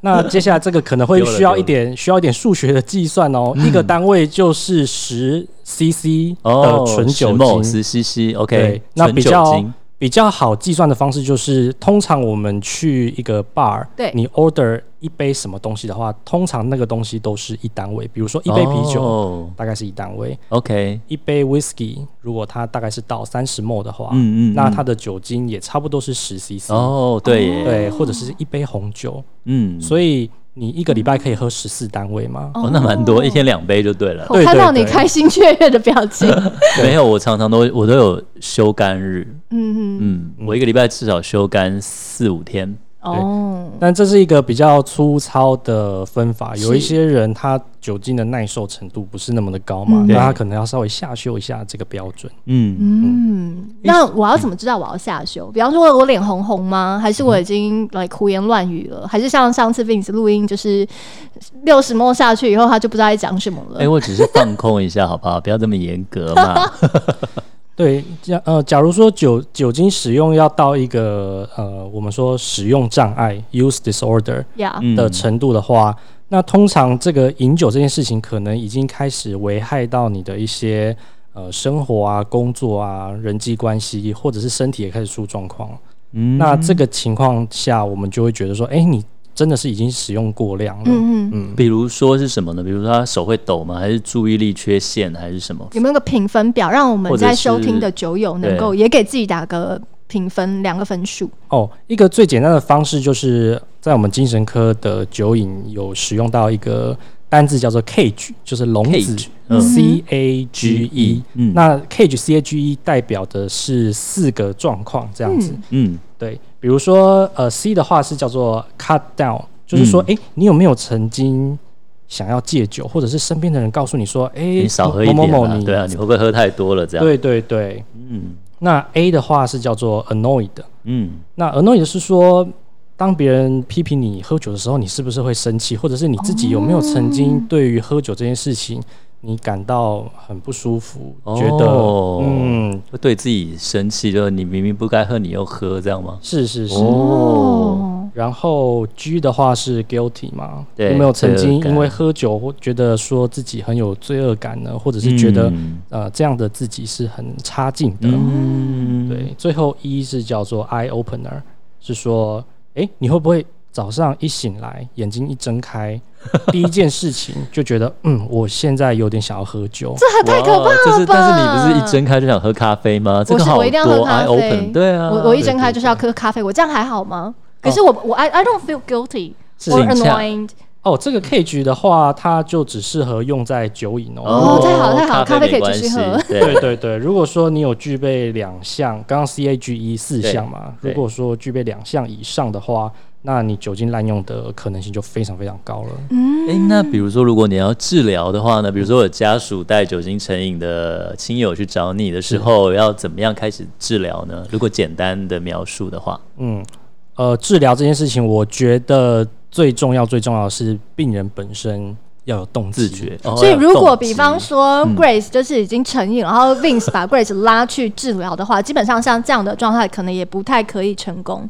Speaker 4: 那接下来这个可能会需要一点需要一点数学的计算哦，
Speaker 2: 嗯
Speaker 4: 一个单位就是十 CC 的
Speaker 2: 哦，
Speaker 4: 呃纯酒
Speaker 2: 某
Speaker 4: 精。
Speaker 2: 十 CC OK，
Speaker 4: 对那
Speaker 2: 纯
Speaker 4: 比
Speaker 2: 酒
Speaker 4: 较
Speaker 2: 精
Speaker 4: 比较好计算的方式就是，通常我们去一个 bar，
Speaker 3: 对
Speaker 4: 你 order 一杯什么东西的话，通常那个东西都是一单位，比如说一杯啤酒、
Speaker 2: 哦
Speaker 4: 大概是一单位，
Speaker 2: OK，
Speaker 4: 一杯 whisky 如果它大概是到三十 m 的话，
Speaker 2: 嗯嗯嗯
Speaker 4: 那它的酒精也差不多是十 cc，、
Speaker 2: 哦对耶，
Speaker 4: 对，或者是一杯红酒，
Speaker 2: 嗯，
Speaker 4: 所以你一个礼拜可以喝十四单位吗？
Speaker 2: 哦那蛮多，一天两杯就对了。
Speaker 3: 我看到你
Speaker 4: 对对对
Speaker 3: 开心雀跃的表
Speaker 2: *laughs*
Speaker 3: 情，
Speaker 2: 没有，我常常都我都有休肝日，
Speaker 3: 嗯嗯，
Speaker 2: 嗯，我一个礼拜至少休肝四五天，
Speaker 3: 哦，
Speaker 4: 但这是一个比较粗糙的分法，有一
Speaker 3: 是
Speaker 4: 些人他酒精的耐受程度不是那么的高嘛，
Speaker 3: 嗯
Speaker 4: 那
Speaker 2: 对
Speaker 4: 他可能要稍微下修一下这个标准。
Speaker 2: 嗯，
Speaker 3: 嗯，那我要怎么知道我要下修？比方说，我脸红红吗？还是我已经
Speaker 2: 嗯
Speaker 3: 来胡言乱语了？还是像上次 Vince 录音，就是六十 m 下去以后，他就不知道在讲什么
Speaker 2: 哎、
Speaker 3: 了？
Speaker 2: 我只是放空一下，好不好？不要这么严
Speaker 3: *laughs*
Speaker 2: 格
Speaker 4: *laughs*
Speaker 2: 嘛。
Speaker 4: 对，假呃，假如说酒酒精使用要到一个呃，我们说使用障碍 （use disorder）
Speaker 3: 呀，
Speaker 2: 嗯
Speaker 4: 的程度的话，那通常这个饮酒这件事情可能已经开始危害到你的一些呃生活啊、工作啊、人际关系，或者是身体也开始出状况。
Speaker 2: 嗯
Speaker 4: 那这个情况下，我们就会觉得说，哎、你真的是已经使用过量了。
Speaker 3: 嗯嗯，
Speaker 2: 比如说是什么呢？比如说他手会抖吗？还是注意力缺陷，还是什么？
Speaker 3: 有没有个评分表，让我们
Speaker 2: 或者
Speaker 3: 在收
Speaker 2: 是
Speaker 3: 听的酒友能
Speaker 2: 对
Speaker 3: 够也给自己打个评分，两个分数？
Speaker 4: 哦，一个最简单的方式就是在我们精神科的酒瘾有使用到一个单字叫做 cage，就是笼子
Speaker 2: Cage，嗯
Speaker 4: ，C A G E。
Speaker 2: 嗯
Speaker 4: 那 cage C A G E 代表的是四个状况这样子。
Speaker 2: 嗯
Speaker 4: 对，比如说呃 C 的话是叫做 cut down，就是说
Speaker 2: 嗯
Speaker 4: 诶，你有没有曾经想要戒酒，或者是身边的人告诉你说，诶，
Speaker 2: 你少喝一
Speaker 4: 某
Speaker 2: 点
Speaker 4: 某
Speaker 2: 啊
Speaker 4: 某，你
Speaker 2: 对啊，你会不会喝太多了？这样，，
Speaker 4: 对对对。
Speaker 2: 嗯
Speaker 4: 那 A 的话是叫做 annoyed，
Speaker 2: 嗯，
Speaker 4: 那 annoyed 是说。当别人批评你喝酒的时候，你是不是会生气，或者是你自己有没有曾
Speaker 2: 哦
Speaker 4: 经对于喝酒这件事情，你感到很不舒服，觉
Speaker 2: 哦
Speaker 4: 得嗯，
Speaker 2: 会对自己生气，就是你明明不该喝，你又喝，这样吗？
Speaker 4: 是是是，
Speaker 3: 哦，
Speaker 4: 然后 G 的话是 guilty 嘛？
Speaker 2: 对
Speaker 4: 有没有曾经
Speaker 2: 罪恶感
Speaker 4: 因为喝酒或觉得说自己很有罪恶感呢？或者是觉得、
Speaker 2: 嗯
Speaker 4: 呃这样的自己是很差劲的？
Speaker 2: 嗯，
Speaker 4: 对，最后一是叫做 eye opener，是说诶，你会不会早上一醒来，眼睛一睁开，第一件事情就
Speaker 2: *laughs*
Speaker 4: 觉得嗯，我现在有点想要喝酒。
Speaker 2: 这太可怕了就是，
Speaker 3: 吧
Speaker 2: 但是你不是一睁开就想喝咖啡吗？这个
Speaker 3: 是
Speaker 2: 好
Speaker 3: 我一定要喝
Speaker 2: 多
Speaker 3: 咖
Speaker 2: I
Speaker 3: 啡
Speaker 2: open，对啊，
Speaker 3: 我我一
Speaker 2: 对哦
Speaker 3: 睁开就是要喝咖啡，我这样还好吗？可是我我 I I don't feel guilty
Speaker 2: 是
Speaker 3: or
Speaker 2: 请假
Speaker 3: annoyed。
Speaker 4: 哦，这个 K 局的话，它就只适合用在酒瘾
Speaker 3: 哦太好太好咖啡
Speaker 2: 没
Speaker 3: 可以继续
Speaker 2: 关系
Speaker 3: 喝
Speaker 2: 对
Speaker 4: 对对对，如果说你有具备两项，刚刚 C A G E 四项嘛，
Speaker 2: 对
Speaker 4: 如果说具备两项以上的话，那你酒精滥用的可能性就非常非常高了。
Speaker 2: 哎、那比如说，如果你要治疗的话呢，比如说有家属带酒精成瘾的亲友去找你的时候，
Speaker 4: 嗯
Speaker 2: 要怎么样开始治疗呢？如果简单的描述的话，
Speaker 4: 嗯，呃，治疗这件事情，我觉得最重要最重要的是病人本身要有动机
Speaker 2: 自觉。。哦
Speaker 3: 所以，
Speaker 2: 要有
Speaker 3: 如果
Speaker 2: 动
Speaker 3: 比
Speaker 2: 机
Speaker 3: 方说
Speaker 2: 嗯
Speaker 3: Grace 就是已经成瘾，然后 Vince 把 Grace 拉去治疗的话，基本上像这样的状态，可能也不太可以成功。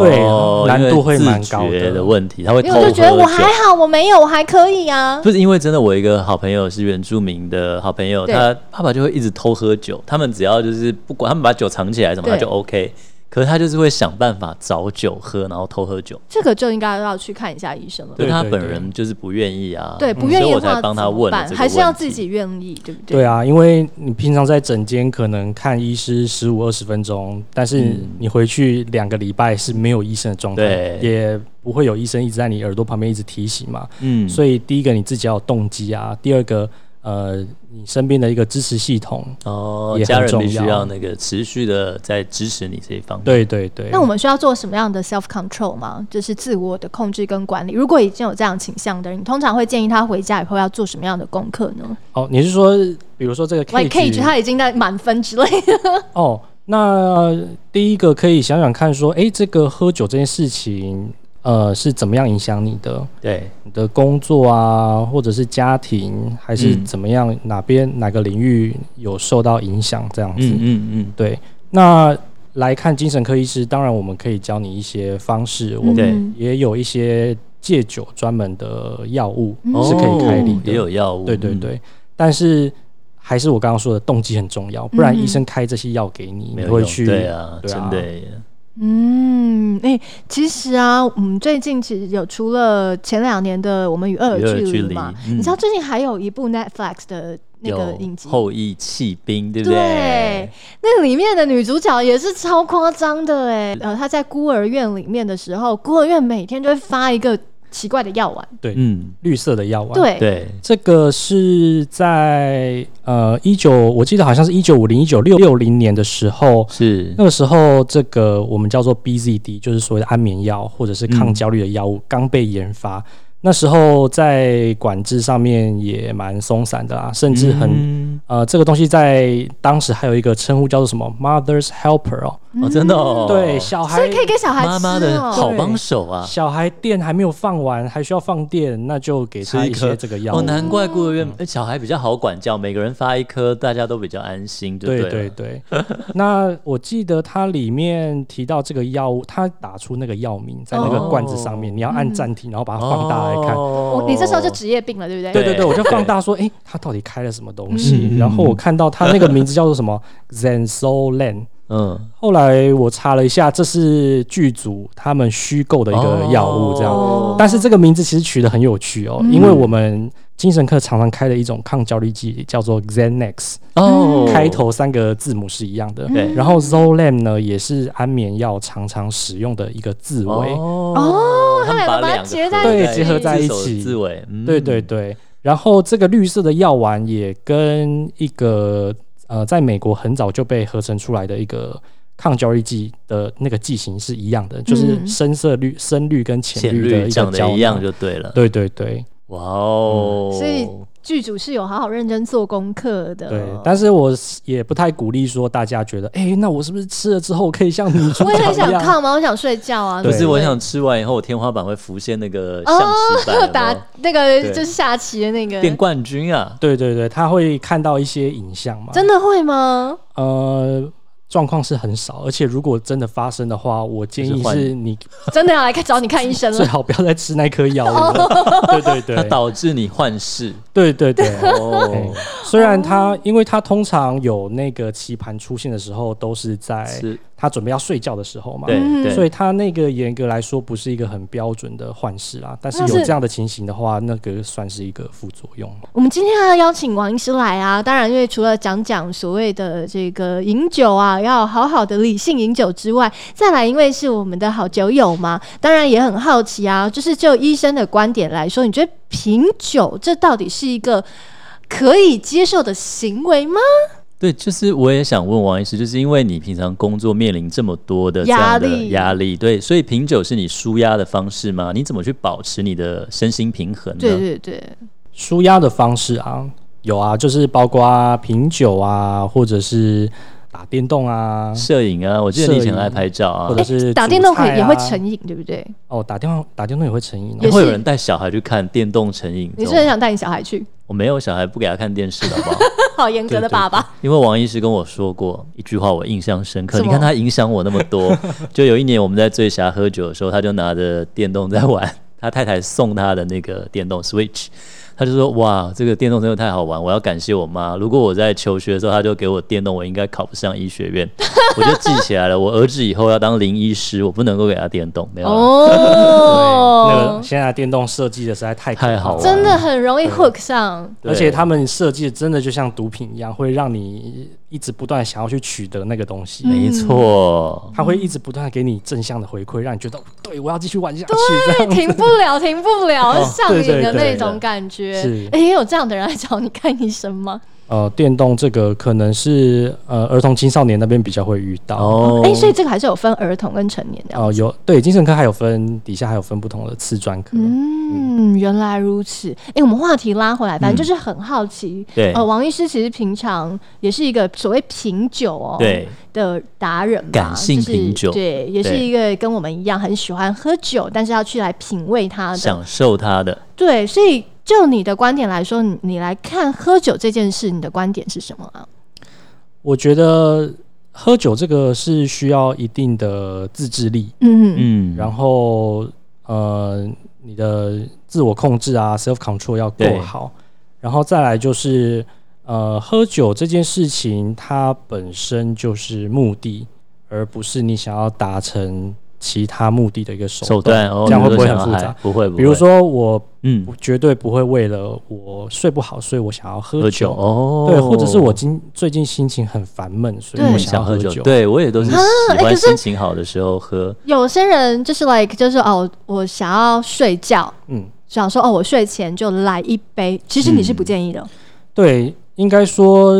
Speaker 4: 对
Speaker 2: 哦
Speaker 4: 难
Speaker 2: 因为
Speaker 4: 度会
Speaker 2: 自
Speaker 4: 蛮高
Speaker 2: 觉
Speaker 4: 的
Speaker 2: 的问题，他会
Speaker 3: 因
Speaker 2: 偷
Speaker 3: 为我就觉得
Speaker 2: 喝
Speaker 3: 我
Speaker 2: 酒
Speaker 3: 还好，我没有，我还可以啊。
Speaker 2: 不是因为真的，我一个好朋友是原住民的好朋友，
Speaker 3: 对
Speaker 2: 他爸爸就会一直偷喝酒。他们只要就是不管他们把酒藏起来什么，
Speaker 3: 对
Speaker 2: 他就 OK。可是他就是会想办法找酒喝，然后偷喝酒。
Speaker 3: 这个就应该要去看一下医生了。
Speaker 2: 所
Speaker 4: 对
Speaker 2: 以他
Speaker 4: 对
Speaker 2: 本
Speaker 4: 对
Speaker 2: 人就是不愿意啊，
Speaker 3: 对，不愿
Speaker 2: 所
Speaker 3: 意
Speaker 2: 以
Speaker 3: 的
Speaker 2: 我
Speaker 3: 话
Speaker 2: 才帮他问
Speaker 3: 怎
Speaker 2: 了
Speaker 3: 么办
Speaker 2: 这个
Speaker 3: 还是要
Speaker 2: 问题
Speaker 3: 自己愿意，对不对？
Speaker 4: 对啊，因为你平常在诊间可能看医师十五二十分钟，但是你回去两个礼拜是没有医生的状态
Speaker 2: 嗯对，
Speaker 4: 也不会有医生一直在你耳朵旁边一直提醒嘛。
Speaker 2: 嗯，
Speaker 4: 所以第一个你自己要有动机啊，第二个呃你身边的一个支持系统，
Speaker 2: 哦，
Speaker 4: 也
Speaker 2: 家
Speaker 4: 很
Speaker 2: 人
Speaker 4: 重
Speaker 2: 必须
Speaker 4: 要
Speaker 2: 要那个持续的在支持你这一方面。
Speaker 4: 对对对。
Speaker 3: 那我们需要做什么样的 self control 吗？就是自我的控制跟管理。如果已经有这样倾向的人，你通常会建议他回家以后要做什么样的功课呢
Speaker 4: 哦，你是说比如说这个
Speaker 3: ？Like cage，
Speaker 4: 局
Speaker 3: 他已经在满分之类的。
Speaker 4: 哦，那第一个可以想想看，说，诶，这个喝酒这件事情，呃，是怎么样影响你的？
Speaker 2: 对，
Speaker 4: 你的工作啊，或者是家庭，还是
Speaker 2: 嗯
Speaker 4: 怎么样？哪边哪个领域有受到影响？这样子，
Speaker 2: 嗯嗯嗯，
Speaker 4: 对。那来看精神科医师，当然我们可以教你一些方式，我们
Speaker 2: 对
Speaker 3: 嗯
Speaker 4: 也有一些戒酒专门的药物、
Speaker 3: 嗯
Speaker 4: 是可以开立
Speaker 2: 哦
Speaker 4: 的，
Speaker 2: 也有药物，
Speaker 4: 对对
Speaker 2: 嗯，
Speaker 4: 对，但是还是我刚刚说的动机很重要，不然
Speaker 3: 嗯
Speaker 4: 医生开这些药给你，
Speaker 2: 没
Speaker 4: 你
Speaker 2: 有
Speaker 4: 会
Speaker 2: 用
Speaker 4: 去
Speaker 2: 对啊，
Speaker 4: 对
Speaker 2: 真
Speaker 4: 啊
Speaker 2: 的耶，
Speaker 3: 嗯，哎、其实啊，我们最近其实有除了前两年的《我们与恶
Speaker 2: 有
Speaker 3: 的距
Speaker 2: 点距
Speaker 3: 离》
Speaker 2: 离
Speaker 3: 嘛，，
Speaker 2: 嗯
Speaker 3: 你知道最近还有一部 Netflix 的那个
Speaker 2: 有
Speaker 3: 影集，
Speaker 2: 后羿弃兵，对不
Speaker 3: 对？那里面的女主角也是超夸张的哎、呃，她在孤儿院里面的时候，孤儿院每天都会发一个奇怪的药丸，
Speaker 2: 嗯，
Speaker 4: 绿色的药丸。，
Speaker 3: 对，
Speaker 2: 对，
Speaker 4: 这个是在呃一九我记得好像是一九五零一九六六零年的时候。
Speaker 2: 是
Speaker 4: 那个时候，这个我们叫做 BZD，就是所谓的安眠药或者是抗焦虑的药
Speaker 2: 嗯
Speaker 4: 物，刚、被研发。那时候在管制上面也蛮松散的啊，甚至很、
Speaker 2: 嗯
Speaker 4: 呃，这个东西在当时还有一个称呼叫做什么 “Mother's Helper” 哦，
Speaker 2: 哦，真的哦，
Speaker 4: 对，小孩
Speaker 3: 所以可以给小孩嗯吃哦、
Speaker 2: 妈妈的好帮手啊，
Speaker 4: 小孩电还没有放完，还需要放电，那就给他
Speaker 2: 吃一
Speaker 4: 一些
Speaker 2: 颗
Speaker 4: 这个药物。
Speaker 2: 哦，难怪孤儿院
Speaker 3: 嗯
Speaker 2: 哎小孩比较好管教，每个人发一颗，大家都比较安心，就
Speaker 4: 对
Speaker 2: 了
Speaker 4: 对对， *laughs* 那我记得它里面提到这个药物，它打出那个药名在那个罐子上
Speaker 3: 哦
Speaker 4: 面，你要按暂停，然后把它啊放大来看。
Speaker 2: 哦
Speaker 3: 我你这时候就职业病了，对不对？
Speaker 4: 对对对，
Speaker 2: 对
Speaker 4: 我就放大说，诶，它到底开了什么东西？
Speaker 2: 嗯
Speaker 4: 然后我看到它那个名字叫做
Speaker 2: *laughs*
Speaker 4: 什么 Zensolan，
Speaker 2: 嗯，
Speaker 4: 后来我查了一下，这是剧组他们虚构的一个药物，这样。
Speaker 3: 哦
Speaker 4: 但是这个名字其实取得很有趣哦，
Speaker 3: 嗯
Speaker 4: 因为我们精神科常常开的一种抗焦虑剂叫做 Xanax，、
Speaker 2: 哦，
Speaker 4: 开头三个字母是一样的。
Speaker 2: 对
Speaker 4: 然
Speaker 3: 嗯
Speaker 4: 后 Zolam 呢，也是安眠药常常使用的一个字尾。
Speaker 2: 哦
Speaker 3: 他
Speaker 2: 们
Speaker 3: 两个把它
Speaker 2: 两个
Speaker 3: 结在
Speaker 2: 合
Speaker 4: 一起对结合在
Speaker 2: 自
Speaker 4: 一
Speaker 2: 首
Speaker 4: 起
Speaker 2: 自卫，嗯
Speaker 4: 对对对。然后这个绿色的药丸也跟一个呃，在美国很早就被合成出来的一个抗焦虑剂的那个剂型是一样的，就是
Speaker 3: 嗯
Speaker 4: 深色绿、深绿跟浅
Speaker 2: 浅
Speaker 4: 绿的
Speaker 2: 绿
Speaker 4: 一嗯
Speaker 2: 长
Speaker 4: 个
Speaker 2: 得
Speaker 4: 胶
Speaker 2: 一样
Speaker 4: 囊
Speaker 2: 就对了，
Speaker 4: 对对对。
Speaker 2: 哇哦，
Speaker 3: 所以剧组是有好好认真做功课
Speaker 2: 嗯
Speaker 3: 的。
Speaker 4: 对，但是我是也不太鼓励说大家觉得，哎、那我是不是吃了之后可以像女主
Speaker 3: 我也
Speaker 4: 角
Speaker 3: 很
Speaker 4: 一
Speaker 3: 想
Speaker 4: 样？
Speaker 3: 看嘛，我想睡觉啊。
Speaker 2: 不
Speaker 4: 对
Speaker 2: 是我
Speaker 3: 对
Speaker 2: 想吃完以后，我天花板会浮现那个象
Speaker 3: 哦
Speaker 2: 棋板有没
Speaker 3: *laughs*
Speaker 2: 有，
Speaker 3: 打那个
Speaker 2: 对
Speaker 3: 就是下棋的那个，
Speaker 2: 变冠军啊，
Speaker 4: 对对对，他会看到一些影像嘛？
Speaker 3: 真的会吗？
Speaker 4: 呃，状况是很少，而且如果真的发生的话，我建
Speaker 2: 就
Speaker 4: 议
Speaker 2: 是换
Speaker 4: 是你
Speaker 3: 真的要啊来看找你看医生
Speaker 4: *laughs*
Speaker 2: *laughs*
Speaker 4: 最
Speaker 3: 了。
Speaker 4: 好不要再吃那颗药了。
Speaker 3: 哦
Speaker 4: 对对
Speaker 2: 它
Speaker 4: 对，
Speaker 2: 导致你幻视
Speaker 4: 对对对。
Speaker 2: 哦
Speaker 4: 哎，虽然他，因为他通常有那个棋盘出现的时候，都是在
Speaker 2: 是，
Speaker 4: 他准备要睡觉的时候嘛。
Speaker 2: 对
Speaker 3: 嗯
Speaker 2: 对，
Speaker 4: 所以它那个严格来说不是一个很标准的幻视啦，但是
Speaker 3: 那
Speaker 4: 有
Speaker 3: 是
Speaker 4: 这样的情形的话，那个算是一个副作用。
Speaker 3: 我们今天要邀请王医师来啊，当然，因为除了讲讲所谓的这个饮酒啊，要好好的理性饮酒之外，再来，因为是我们的好酒友嘛，当然也很好奇啊，就是就医生的观点来说，你觉得品酒这到底是一个可以接受的行为吗？
Speaker 2: 对，就是我也想问王医师，就是因为你平常工作面临这么多的这
Speaker 3: 压
Speaker 2: 样的
Speaker 3: 力
Speaker 2: 压力，对，所以品酒是你舒压的方式吗？你怎么去保持你的身心平衡呢？
Speaker 3: 对对对，
Speaker 4: 舒压的方式啊，有啊，就是包括品酒啊，或者是打电动啊，
Speaker 2: 摄影啊，我记得你以前很爱拍照啊
Speaker 4: 或，者是、啊
Speaker 3: 打电动可以也会成瘾，对不对？
Speaker 4: 哦，打电话打电动也会成瘾、
Speaker 3: 也
Speaker 4: 哦。
Speaker 2: 会有
Speaker 3: 是
Speaker 2: 人带小孩去看电动成瘾。
Speaker 3: 你是很想带你小孩去？
Speaker 2: 我没有小孩，不给他看电视好不好？
Speaker 3: 好严格的爸爸，
Speaker 2: 因为王医师跟我说过一句话，我印象深刻。
Speaker 3: 什么
Speaker 2: 你看他影响我那么
Speaker 4: *laughs*
Speaker 2: 多，就有一年我们在醉侠喝酒的时候，他就拿着电动在玩，他太太送他的那个电动 Switch，他就说：“哇，这个电动真的太好玩，我要感谢我妈。如果我在求学的时候，他就给我电动，我应该考不上医学
Speaker 4: *laughs*
Speaker 2: 院。”我就记起来了，我儿子以后要当林医师，我不能够给他电动，没有啦。
Speaker 4: 哦 *laughs* 对，那个
Speaker 3: 哦，
Speaker 4: 现在电动设计的实在太可
Speaker 2: 太
Speaker 4: 怕
Speaker 2: 好玩
Speaker 4: 了
Speaker 2: 了
Speaker 3: 真的很容易 hook 上。
Speaker 2: 对
Speaker 4: 而且他们设计的真的就像毒品一样，会让你一直不断想要去取得那个东西。
Speaker 2: 没错，
Speaker 4: 它会一直不断地给你正向的回馈，让你觉得哦对我要继续玩下去。这
Speaker 3: 对，
Speaker 4: 样
Speaker 3: *laughs* 停不了，停不
Speaker 2: 哦
Speaker 3: 了，上瘾的那种感
Speaker 4: 对对
Speaker 3: 觉
Speaker 4: 对。
Speaker 3: 哎，也有这样的人来找你看医生吗？
Speaker 4: 呃，电动这个可能是呃儿童青少年那边比较会遇到。
Speaker 2: 哦，
Speaker 3: 哎，所以这个还是有分儿童跟成年的。
Speaker 4: 哦、有对精神科还有分底下还有分不同的次专科。
Speaker 3: 嗯，原来如此。哎、我们话题拉回来，反正就是很好奇。
Speaker 2: 嗯对
Speaker 3: 呃，王医师其实平常也是一个所谓品酒哦
Speaker 2: 对，
Speaker 3: 的达人嘛，
Speaker 2: 感性品酒
Speaker 3: 就是，对，也是
Speaker 2: 对
Speaker 3: 一个跟我们一样很喜欢喝酒，但是要去来品味它
Speaker 4: 啊
Speaker 3: 的。
Speaker 2: 享受他的。
Speaker 3: 对，所以就你的观点来说，你你来看喝酒这件事，你的观点是什么啊？
Speaker 4: 我觉得喝酒这个是需要一定的自制力，
Speaker 3: 嗯
Speaker 2: 嗯，
Speaker 4: 然后呃，你的自我控制啊，self control 要够
Speaker 2: 对
Speaker 4: 好，然后再来就是呃，喝酒这件事情它本身就是目的，而不是你想要达成其他目的的一个手
Speaker 2: 手段哦，
Speaker 4: 这样会不会
Speaker 2: 你说
Speaker 4: 很
Speaker 2: 小
Speaker 4: 复
Speaker 2: 孩
Speaker 4: 杂？
Speaker 2: 不会，不会。
Speaker 4: 比如，说，我
Speaker 2: 嗯，
Speaker 4: 绝对不会为了我睡不好，所以我想要喝
Speaker 2: 喝酒
Speaker 4: 酒。
Speaker 2: 哦，
Speaker 4: 对，或者是我今最近心情很烦闷，所以
Speaker 3: 对
Speaker 4: 我
Speaker 2: 很
Speaker 4: 想要
Speaker 2: 想喝
Speaker 4: 喝啊哎
Speaker 2: 酒，对我也都是喜欢心情好的时候喝。
Speaker 3: 有些人就是 like 就是哦，我想要睡觉，
Speaker 4: 嗯，
Speaker 3: 想说哦，我睡前就来一杯，其实你
Speaker 2: 嗯
Speaker 3: 是不建议的。
Speaker 4: 对，应该说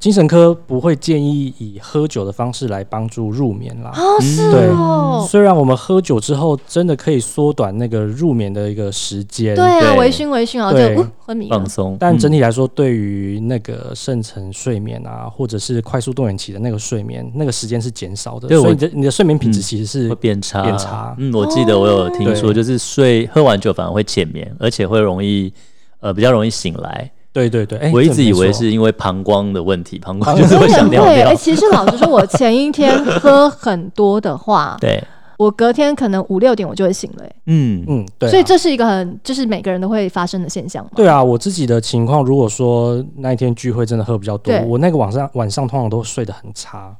Speaker 4: 精神科不会建议以喝酒的方式来帮助入眠啦。
Speaker 3: 哦，是
Speaker 4: 对
Speaker 3: 哦，
Speaker 4: 虽然我们喝酒之后真的可以缩短那个入眠的一个时间，
Speaker 3: 对啊，
Speaker 2: 对
Speaker 3: 微醺微醺啊，就
Speaker 4: 对
Speaker 3: 呜昏迷了
Speaker 2: 放。松，
Speaker 4: 但整
Speaker 2: 嗯
Speaker 4: 体来说，对于那个深层睡眠啊，
Speaker 3: 嗯
Speaker 4: 或者是快速动眼期的那个睡眠，那个时间是减少的，
Speaker 2: 对我
Speaker 4: 所以你的你的睡眠品质
Speaker 2: 嗯
Speaker 4: 其实是
Speaker 2: 会变差，
Speaker 4: 变差哦
Speaker 2: 嗯，我记得我有听说，
Speaker 4: 对
Speaker 2: 就是睡喝完酒反而会浅眠，而且会容易。呃，比较容易醒来。
Speaker 4: 对对对，哎，
Speaker 2: 我一
Speaker 4: 这
Speaker 2: 直以
Speaker 4: 没
Speaker 2: 为
Speaker 4: 错
Speaker 2: 是因为膀胱的问题，膀胱
Speaker 4: 啊
Speaker 2: 就是 *laughs* 会想尿
Speaker 3: 哎、
Speaker 2: 尿。，
Speaker 3: 其实老实说，我前一天喝很多的话
Speaker 2: *laughs* 对，
Speaker 3: 我隔天可能五六点我就会醒了、哎
Speaker 2: 嗯，
Speaker 4: 嗯，对啊、
Speaker 3: 所以这是一个很就是每个人都会发生的现象嘛。
Speaker 4: 对啊，我自己的情况，如果说那一天聚会真的喝比较多
Speaker 3: 对，
Speaker 4: 我那个晚上晚上通常都睡得很差。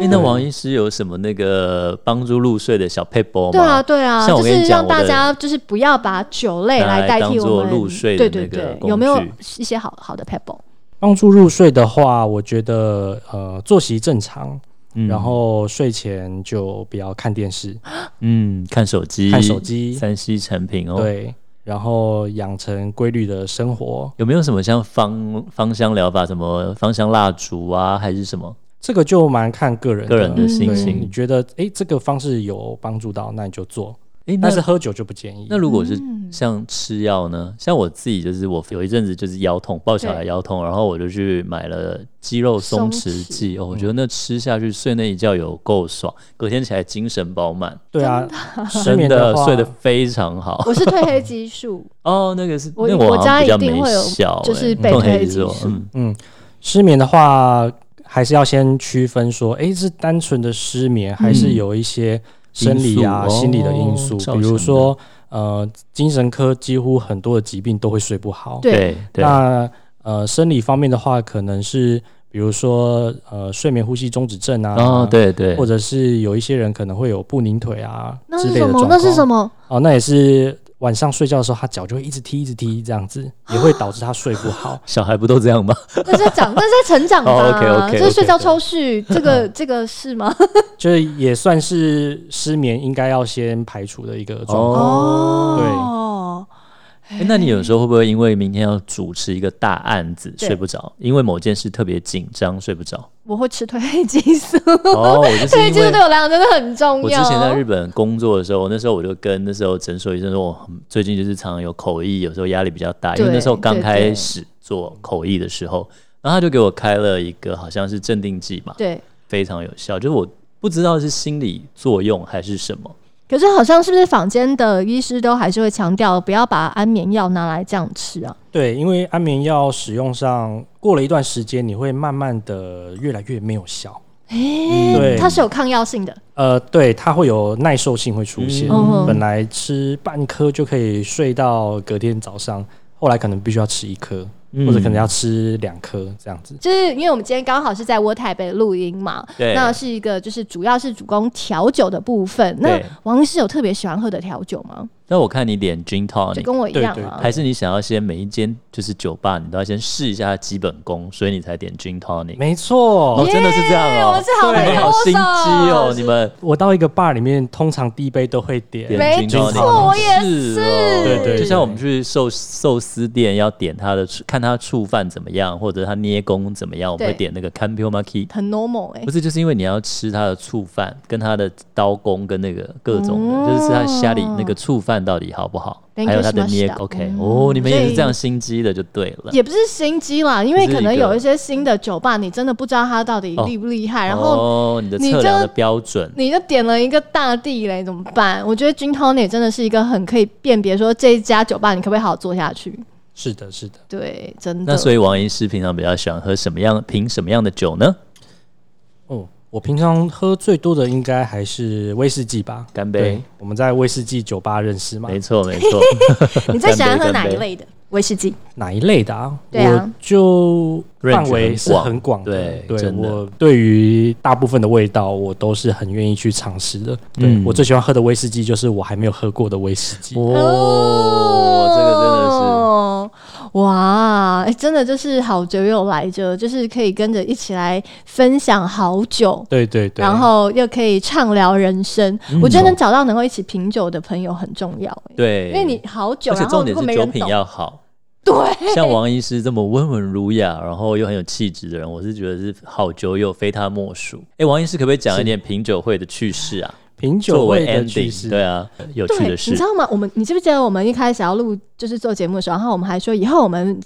Speaker 2: 哎，那王医师有什么那个帮助入睡的小 paper 吗？
Speaker 3: 对啊，对啊，
Speaker 2: 像
Speaker 3: 就
Speaker 2: 我跟
Speaker 3: 是
Speaker 2: 你讲
Speaker 3: 让大
Speaker 2: 我的
Speaker 3: 家就是不要把酒类
Speaker 2: 拿来
Speaker 3: 代替
Speaker 2: 当
Speaker 3: 我
Speaker 2: 做
Speaker 3: 们
Speaker 2: 入睡的
Speaker 3: 对
Speaker 2: 那
Speaker 3: 对
Speaker 2: 个
Speaker 3: 对，
Speaker 2: 工
Speaker 3: 有没有
Speaker 2: 具
Speaker 3: 一些好好的 pebble？
Speaker 4: 帮助入睡的话，我觉得呃作息正常，
Speaker 2: 嗯
Speaker 4: 然后睡前就不要看电视、
Speaker 2: 嗯，看手机，
Speaker 4: 看手，机，
Speaker 2: 三 C 产品哦。
Speaker 4: 对，然后养成规律的生活，
Speaker 2: 有没有什么像芳芳香疗法，什么芳香蜡烛啊，还是什么
Speaker 4: 这个就蛮看个人
Speaker 2: 个人的心
Speaker 4: 对
Speaker 2: 情
Speaker 4: 你？觉得诶这个方式有帮助到，那你就做，
Speaker 2: 诶，那
Speaker 4: 但是喝酒就不建议。
Speaker 2: 那如果是
Speaker 3: 嗯
Speaker 2: 像吃药呢？像我自己就是我有一阵子就是腰痛，抱小孩
Speaker 3: 对
Speaker 2: 腰痛，然后我就去买了肌肉松
Speaker 3: 松弛
Speaker 2: 弛
Speaker 3: 嗯
Speaker 2: 剂。哦，我觉得那吃下去睡那一觉有够爽，隔天起来精神饱满，
Speaker 4: 对啊，失
Speaker 2: 真
Speaker 4: 眠
Speaker 2: 的
Speaker 4: 话
Speaker 2: 睡得非常
Speaker 3: *laughs*
Speaker 2: 好。
Speaker 3: 我是褪黑激素，
Speaker 2: 哦，那个是
Speaker 3: 我
Speaker 2: 那我
Speaker 3: 我
Speaker 2: 好
Speaker 3: 家
Speaker 2: 像比较
Speaker 3: 一定
Speaker 2: 没
Speaker 3: 会有
Speaker 2: 效、欸，
Speaker 3: 就是被
Speaker 2: 更
Speaker 3: 推
Speaker 2: 黑
Speaker 3: 激
Speaker 2: 素
Speaker 3: 素
Speaker 2: 嗯，
Speaker 4: 嗯，失眠的话，还是要先区分说，诶，是单纯的失眠，还是
Speaker 3: 嗯
Speaker 4: 有一些生理啊、
Speaker 2: 因素哦
Speaker 4: 心理的因素，
Speaker 2: 造成
Speaker 4: 比
Speaker 2: 的
Speaker 4: 如说，呃，精神科几乎很多的疾病都会睡不好。
Speaker 3: 对
Speaker 2: 对对，
Speaker 4: 那呃，生理方面的话，可能是比如说呃，睡眠呼吸中止症啊，
Speaker 2: 哦，，对对
Speaker 4: 或，者是有一些人可能会有不宁腿啊
Speaker 3: 那
Speaker 4: 之
Speaker 3: 是
Speaker 4: 类
Speaker 3: 什
Speaker 4: 的状
Speaker 3: 么
Speaker 4: 况。？
Speaker 3: 那是什么？
Speaker 4: 哦，那也是晚上睡觉的时候，他脚就会一直踢，一直踢，这样子也会导致他睡不好。
Speaker 2: 小孩不都这样吗？
Speaker 3: 那是在长，那是在成长吧？
Speaker 2: 哦，OK，OK，OK，
Speaker 3: 这是睡觉
Speaker 4: OK，OK
Speaker 3: 抽蓄，这个这个是吗？
Speaker 4: 就是也算是失眠应该要先排除的一个状况。
Speaker 3: 哦，
Speaker 2: 欸那你有时候会不会因为明天要主持一个大案子
Speaker 3: 对
Speaker 2: 睡不着？因为某件事特别紧张睡不
Speaker 3: *laughs*
Speaker 2: 着？
Speaker 3: *laughs* 我会吃褪黑激素，
Speaker 2: 哦，我就是
Speaker 3: 褪黑
Speaker 2: 因
Speaker 3: 激素
Speaker 2: 为
Speaker 3: 对我来讲真的很哦重要。
Speaker 2: 我之前在日本工作的时候，那时候我就跟那时候诊所医生说，我最近就是常常有口译，有时候压力比较大，因为
Speaker 3: 对
Speaker 2: 那时候刚
Speaker 3: 对
Speaker 2: 开
Speaker 3: 对
Speaker 2: 始做口译的时候。然后他就给我开了一个好像是镇定剂嘛，
Speaker 3: 对，
Speaker 2: 非常有效，就是我不知道是心理作用还是什么。
Speaker 3: 可是好像是不是坊间的医师都还是会强调不要把安眠药拿来这样吃啊？
Speaker 4: 对，因为安眠药使用上过了一段时间，你会慢慢的越来越没有效。
Speaker 3: 诶
Speaker 4: 对
Speaker 3: 它是有抗药性的，
Speaker 4: 呃，对，它会有耐受性会出现。
Speaker 2: 哦
Speaker 3: 嗯
Speaker 4: 本来吃半颗就可以睡到隔天早上，后来可能必须要吃一颗，
Speaker 2: 嗯
Speaker 4: 或者可能要吃两颗这样子。
Speaker 3: 就是因为我们今天刚好是在我台北录音嘛，
Speaker 2: 对
Speaker 3: 那是一个就是主要是主攻调酒的部分。那
Speaker 2: 对
Speaker 3: 王医师有特别喜欢喝的调酒吗？
Speaker 2: 那我看你点 gin
Speaker 3: 就
Speaker 2: tonic，
Speaker 3: 跟我一样
Speaker 4: 对对
Speaker 3: 啊，
Speaker 2: 还是你想要先每一间就是酒吧，你都要先试一下它基本功，所以你才点 gin tonic。
Speaker 4: 没错，
Speaker 2: 哦，真的是这样
Speaker 3: 耶
Speaker 2: 哦，
Speaker 3: 我是好
Speaker 2: 对
Speaker 3: 朋友
Speaker 2: 好心机哦
Speaker 3: 我，是
Speaker 2: 你们
Speaker 4: 我到一个 bar 里面，通常第一杯都会点
Speaker 2: 点
Speaker 3: 没
Speaker 2: gin tonic
Speaker 3: 错我也
Speaker 2: 是
Speaker 3: 是
Speaker 2: 哦，
Speaker 4: 对对对
Speaker 2: 就像我们去寿寿司店要点它的看它触犯怎么样，或者它捏工怎么样，我们会
Speaker 3: 对
Speaker 2: 点那个 Campio Maki。
Speaker 3: 很 normal 哎、
Speaker 2: 不是，就是因为你要吃它的醋饭，跟它的刀工，跟那个各种的，就是吃它虾里那个醋饭到底好不好，
Speaker 3: 哦 Thank
Speaker 2: 还有它的
Speaker 3: you so much
Speaker 2: 捏
Speaker 3: 的
Speaker 2: OK，
Speaker 3: 嗯
Speaker 2: 哦，你们也
Speaker 3: 所
Speaker 2: 是
Speaker 3: 以
Speaker 2: 这样心机的就对了。
Speaker 3: 也不是心机啦，因为
Speaker 2: 就是一
Speaker 3: 可
Speaker 2: 个
Speaker 3: 能有一些新的酒吧，你真的不知道它到底厉不厉害，然后
Speaker 2: 哦，你的
Speaker 3: 你
Speaker 2: 测量的
Speaker 3: 就嗯
Speaker 2: 标准，
Speaker 3: 你就点了一个大地雷，怎么办？我觉得 gin tonic 真的是一个很可以辨别说这一家酒吧你可不可以好好做下去。
Speaker 4: 是的，是的。
Speaker 3: 对，真的。
Speaker 2: 那所以王医师平常比较喜欢喝什么样、品什么样的酒呢？
Speaker 4: 哦，我平常喝最多的应该还是威士忌吧。
Speaker 2: 干
Speaker 4: 对
Speaker 2: 杯，，
Speaker 4: 我们在威士忌酒吧认识嘛？
Speaker 2: 没错
Speaker 3: *laughs*
Speaker 2: 没错。
Speaker 3: 你最喜欢喝
Speaker 2: 干杯
Speaker 3: 哪
Speaker 2: 干
Speaker 3: 一
Speaker 2: 杯
Speaker 3: 类的威士忌？
Speaker 4: 哪一类的啊？
Speaker 3: 对啊
Speaker 4: 我就范围是
Speaker 2: Range
Speaker 4: 很
Speaker 2: 很
Speaker 4: 广
Speaker 2: 广
Speaker 4: 的，
Speaker 2: 啊对真的
Speaker 4: 我对于大部分的味道，我都是很愿意去尝试的。对、
Speaker 2: 嗯
Speaker 4: 我最喜欢喝的威士忌，就是我还没有喝过的威士忌。
Speaker 2: 哦，这个
Speaker 3: 真的是哇、哎真的就是好酒友来着，就是可以跟着一起来分享好酒。
Speaker 4: 对对
Speaker 2: 啊
Speaker 4: 对，
Speaker 3: 然后又可以畅聊人生，
Speaker 2: 嗯
Speaker 3: 我觉得能找到能够一起品酒的朋友很重要、哎
Speaker 2: 真的是对，
Speaker 3: 因为你好酒，
Speaker 2: 而且
Speaker 3: 然后
Speaker 2: 重
Speaker 3: 如
Speaker 2: 点
Speaker 3: 果
Speaker 2: 是
Speaker 3: 没
Speaker 2: 酒
Speaker 3: 人
Speaker 2: 品啊
Speaker 3: 懂，*laughs*
Speaker 2: 要好。
Speaker 3: 对，
Speaker 2: 像王医师这么温文儒雅，然后又很有气质的人，我是觉得是好酒友非他莫属。哎，王医师可不可以讲一点品酒会的趣事啊？
Speaker 4: 品酒
Speaker 2: 作
Speaker 4: 会
Speaker 2: 为
Speaker 4: 的趋势
Speaker 2: ending，对啊，有
Speaker 3: 对，
Speaker 2: 趣的
Speaker 3: 你知
Speaker 2: 事。
Speaker 3: 道吗？我们你记不记得我们一开始要录就是做节目的时候，然后我们还说以后我们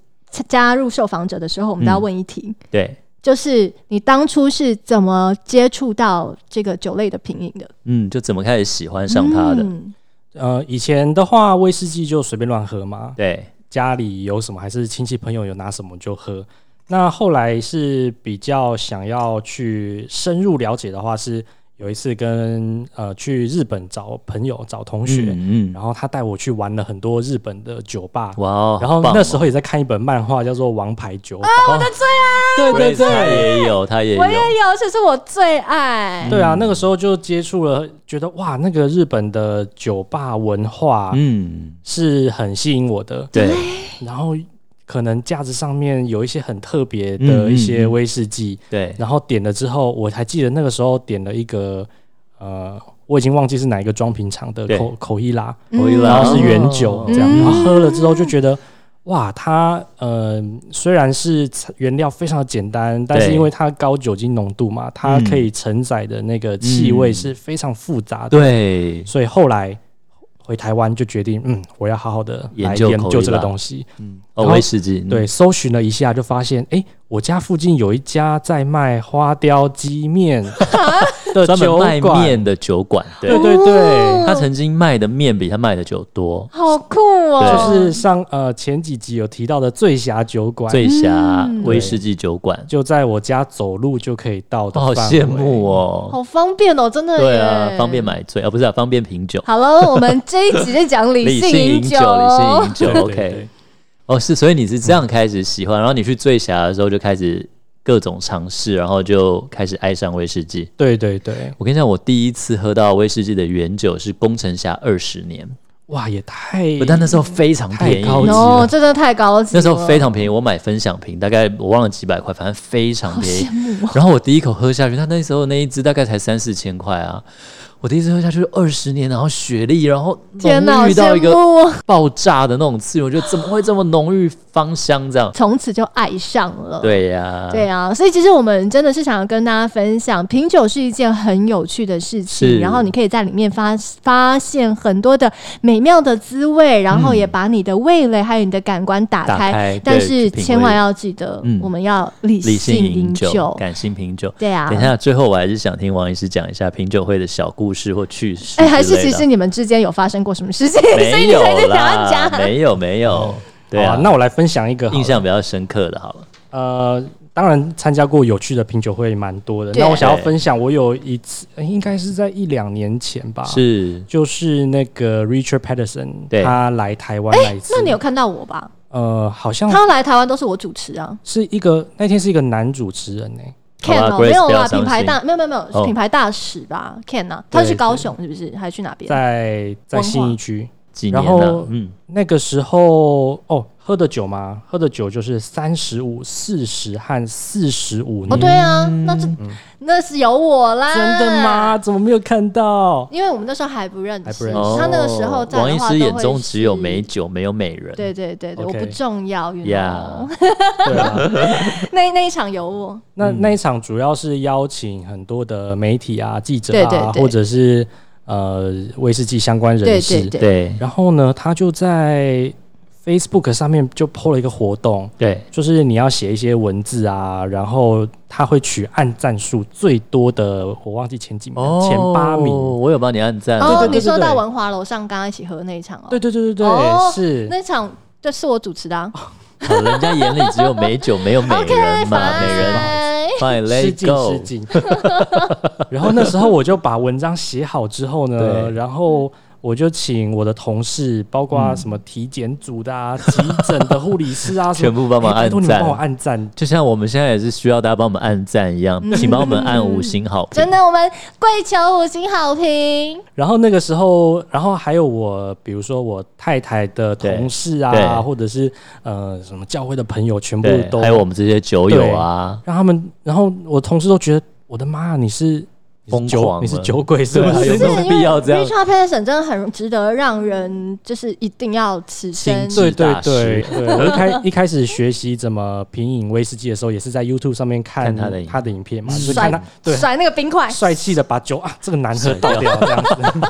Speaker 3: 加入受访者的时候，我们都要
Speaker 2: 嗯
Speaker 3: 问一题，
Speaker 2: 对，
Speaker 3: 就是你当初是怎么接触到这个酒类的品饮的？
Speaker 2: 嗯，就怎么开始喜欢上他的？
Speaker 3: 嗯
Speaker 4: 呃，以前的话，威士忌就随便乱喝嘛，
Speaker 2: 对，
Speaker 4: 家里有什么还是亲戚朋友有拿什么就喝。那后来是比较想要去深入了解的话，是有一次跟呃去日本找朋友找同学，
Speaker 2: 嗯嗯，
Speaker 4: 然后他带我去玩了很多日本的酒吧，
Speaker 2: 哇哦，
Speaker 4: 然后
Speaker 2: 好棒
Speaker 4: 那
Speaker 2: 哦
Speaker 4: 时候也在看一本漫画，叫做《王牌酒吧》。
Speaker 2: 我的最爱，对对对，他也有，他也有
Speaker 3: 我，也有，这是我最爱。
Speaker 4: 对啊，那个时候就接触了，觉得哇，那个日本的酒吧文化
Speaker 2: 嗯，
Speaker 4: 是很吸引我的。
Speaker 2: 对，
Speaker 3: 哎
Speaker 4: 然后可能架子上面有一些很特别
Speaker 2: 嗯
Speaker 4: 的
Speaker 2: 嗯
Speaker 4: 一些
Speaker 2: 嗯
Speaker 4: 威士忌，
Speaker 2: 对，
Speaker 4: 然后点了之后，我还记得那个时候点了一个呃，我已经忘记是哪一个装瓶厂的
Speaker 2: 对
Speaker 4: 口口一拉，
Speaker 3: 嗯
Speaker 2: 我以为
Speaker 4: 然后是
Speaker 2: 哦
Speaker 4: 原酒这样，
Speaker 3: 嗯
Speaker 4: 然后喝了之后就觉得，哇，它呃虽然是材原料非常的简单，但是
Speaker 2: 对
Speaker 4: 因为它高酒精浓度嘛，它可以承载的那个气味是非常复杂的，
Speaker 2: 嗯对，
Speaker 4: 所以后来回台湾就决定，嗯，我要好好的来
Speaker 2: 研究
Speaker 4: 研
Speaker 2: 口
Speaker 4: 究
Speaker 2: 一
Speaker 4: 这个
Speaker 2: 拉
Speaker 4: 东西。
Speaker 2: 哦，
Speaker 4: 然后
Speaker 2: 威士忌，嗯，
Speaker 4: 对，搜寻了一下就发现，哎，我家附近有一家在卖花雕鸡面的
Speaker 2: 专
Speaker 4: 酒
Speaker 2: 门卖
Speaker 4: 馆，
Speaker 2: 面的酒馆，对哦
Speaker 4: 对，对对。
Speaker 2: 他曾经卖的面比他卖的酒多，
Speaker 3: 哦好酷
Speaker 2: 对
Speaker 3: 哦！
Speaker 4: 就是上呃前几集有提到的醉侠酒馆，
Speaker 2: 醉侠
Speaker 3: 嗯
Speaker 2: 威士忌酒馆，
Speaker 4: 就在我家走路就可以到的，
Speaker 2: 我好羡慕！哦。
Speaker 3: 好方便哦，真的耶
Speaker 2: 对啊，方便。买醉啊，不是啊，方便品酒，
Speaker 3: 好了，我们这一集就讲理
Speaker 2: 性
Speaker 3: 饮
Speaker 2: 饮酒，理性饮
Speaker 4: 对
Speaker 2: 酒，OK。，哦，是，所以你是这样开始喜欢，然后你去醉侠的时候就开始各种尝试，然后就开始爱上威士忌。
Speaker 4: 对对对对，
Speaker 2: 我跟你讲，我第一次喝到威士忌的原酒是工程侠二十年，
Speaker 4: 哇，也太
Speaker 3: 嗯
Speaker 4: 啊
Speaker 2: 不但那时候非常便
Speaker 4: 太高级
Speaker 2: 宜
Speaker 4: 了。
Speaker 3: 哦，真的太高级了。
Speaker 2: 那时候非常便宜，我买分享瓶，大概我忘了几百块，反正非常便宜
Speaker 3: 好羡慕。哦
Speaker 2: 然后我第一口喝下去，它那时候那一支大概才三四千块啊，我第一次喝下去二十年，然后雪莉，然后
Speaker 3: 天
Speaker 2: 浓
Speaker 3: 哪，
Speaker 2: 郁到
Speaker 3: 羡
Speaker 2: 一个
Speaker 3: 慕！哦
Speaker 2: 爆炸的那种刺激，我觉得怎么会这么浓郁芳香这样？
Speaker 3: 从此就爱上了。
Speaker 2: 对呀、
Speaker 3: 对啊，所以其实我们真的是想要跟大家分享，品酒是一件很有趣的事
Speaker 2: 是
Speaker 3: 情，然后你可以在里面发发现很多的美妙的滋味，然后也把你的味蕾还有你的感官打
Speaker 2: 嗯打
Speaker 3: 开。
Speaker 2: 开，
Speaker 3: 但
Speaker 2: 对
Speaker 3: 是
Speaker 2: 去品
Speaker 3: 千
Speaker 2: 味
Speaker 3: 万要记得
Speaker 2: 嗯，
Speaker 3: 我们要理
Speaker 2: 理性
Speaker 3: 饮
Speaker 2: 饮酒，感性品酒。
Speaker 3: 对啊
Speaker 2: 等。一下，最后我还是想听王医师讲一下品酒会的小故事或趣事之
Speaker 3: 哎，
Speaker 2: 类的。啊
Speaker 3: 还是其实你们之间有发生过什么事情？ *laughs* 所以
Speaker 2: 没
Speaker 3: 你
Speaker 2: 有
Speaker 3: 才是想要
Speaker 2: 啦，
Speaker 3: 讲。啊
Speaker 2: 没有没有
Speaker 4: 哦，
Speaker 2: 对
Speaker 4: 好
Speaker 2: 啊，
Speaker 4: 那我来分享一个好了
Speaker 2: 印象比较深刻的，好了，
Speaker 4: 呃，当然参加过有趣的品酒会蛮多的。
Speaker 3: 对
Speaker 4: 那我想要
Speaker 2: 对
Speaker 4: 分享，我有一次、呃应该是在一两年前吧，
Speaker 2: 是
Speaker 4: 就是那个 Richard Patterson，
Speaker 2: 对
Speaker 4: 他来台湾那一次，
Speaker 3: 那你有看到我吧？
Speaker 4: 呃，好像
Speaker 3: 他来台湾都是我主持啊。
Speaker 4: 是一个那天是一个男主持人呢、
Speaker 2: 好
Speaker 3: Ken
Speaker 2: 吧
Speaker 3: 哦，
Speaker 2: Grace，
Speaker 3: 没有
Speaker 2: 不要
Speaker 3: 啦，
Speaker 2: 伤
Speaker 3: 品牌
Speaker 2: 心
Speaker 3: 大没有没有没
Speaker 2: 哦
Speaker 3: 有品牌大使吧？Ken 啊，他
Speaker 4: 对
Speaker 3: 去高
Speaker 4: 是
Speaker 3: 雄是不是？还去哪边？
Speaker 4: 在在
Speaker 3: 文化
Speaker 4: 信义区。
Speaker 2: 几年
Speaker 4: 然
Speaker 2: 了
Speaker 4: 后，
Speaker 2: 嗯，
Speaker 4: 那个时候哦，喝的酒嘛，喝的酒就是三十五、四十和四十五。
Speaker 3: 哦，对啊，那这、那是有我啦。
Speaker 4: 嗯真的？吗？怎么没有看到？
Speaker 3: 因为我们那时候还不认
Speaker 4: 还不
Speaker 3: 识，
Speaker 4: 认
Speaker 2: 哦
Speaker 3: 他那个时候在的话
Speaker 2: 王医师眼中只有美
Speaker 3: 没。
Speaker 2: 酒，没有美人。
Speaker 3: 对对对对
Speaker 4: OK
Speaker 3: 我不重要 y
Speaker 2: Yeah
Speaker 4: 对啊，
Speaker 3: *laughs*
Speaker 4: 嗯
Speaker 3: 那那一场有我，
Speaker 4: 那那一场主要是邀请很多的媒体啊、记者啊，
Speaker 3: 对对对
Speaker 4: 或者是呃威士忌相关人
Speaker 3: 对
Speaker 4: 士。
Speaker 3: 对对
Speaker 2: 对
Speaker 4: 然后呢，他就在 Facebook 上面就 PO 了一个活动，
Speaker 2: 对，
Speaker 4: 就是你要写一些文字啊，然后他会取按赞数最多的，我忘记前几名了，前八名。
Speaker 2: 我有帮你按赞。
Speaker 3: 哦，
Speaker 4: 对对对
Speaker 3: 你说
Speaker 4: 对
Speaker 3: 到文华楼上刚刚一起喝那一场哦，
Speaker 4: 对对对对对，
Speaker 3: 哦
Speaker 4: 是。
Speaker 3: 那场这是我主持的、啊、
Speaker 2: 好人家眼里只有美酒，没
Speaker 3: *laughs*
Speaker 2: 有美人嘛，美人。
Speaker 3: 哎
Speaker 2: Fine,
Speaker 4: 失
Speaker 2: let
Speaker 4: 敬
Speaker 2: go
Speaker 4: 失。敬。 *laughs* 然后那时候我就把文章写好之后呢，
Speaker 2: 对
Speaker 4: 然后我就请我的同事，包括什么体检组的啊、急诊的护理
Speaker 2: *laughs*
Speaker 4: 师啊，
Speaker 2: 嗯
Speaker 4: 什么
Speaker 2: 全部帮忙
Speaker 4: 哎拜托你们
Speaker 2: 按赞
Speaker 4: 帮我按赞。
Speaker 2: 就像我们现在也是需要大家帮我们按赞
Speaker 3: *laughs*
Speaker 2: 一样，请帮我们按五星好评。
Speaker 3: 真的，我们跪求五星好评。
Speaker 4: 然后那个时候，然后还有我，比如说我太太的同事
Speaker 2: 对
Speaker 4: 啊，
Speaker 2: 对
Speaker 4: 或者是呃什么教会的朋友，全部
Speaker 2: 对，
Speaker 4: 都
Speaker 2: 还有我们这些酒友啊，
Speaker 4: 让他们，然后我同事都觉得我的妈，你是你是
Speaker 2: 疯
Speaker 4: 酒
Speaker 2: 狂
Speaker 4: 你是
Speaker 2: 了
Speaker 4: 酒
Speaker 2: *laughs*
Speaker 4: 鬼是不
Speaker 2: 对啊有
Speaker 4: 是？
Speaker 2: 没有必要这样
Speaker 3: Richard Patterson 真的很值得让人就是一定要此生
Speaker 2: 心智
Speaker 4: 对
Speaker 2: 是
Speaker 4: 对
Speaker 2: 大
Speaker 4: 对
Speaker 2: 师
Speaker 3: *laughs*
Speaker 4: 对，我一开一开始学习怎么品饮威士忌的时候，也是在 YouTube 上面看
Speaker 2: 看他的影
Speaker 4: 他的影片嘛，就是
Speaker 3: 帅
Speaker 4: 看他对
Speaker 3: 甩那个冰块，
Speaker 4: 帅气的把酒啊这个难喝
Speaker 2: 甩
Speaker 4: 倒
Speaker 2: 掉
Speaker 4: 掉这样子。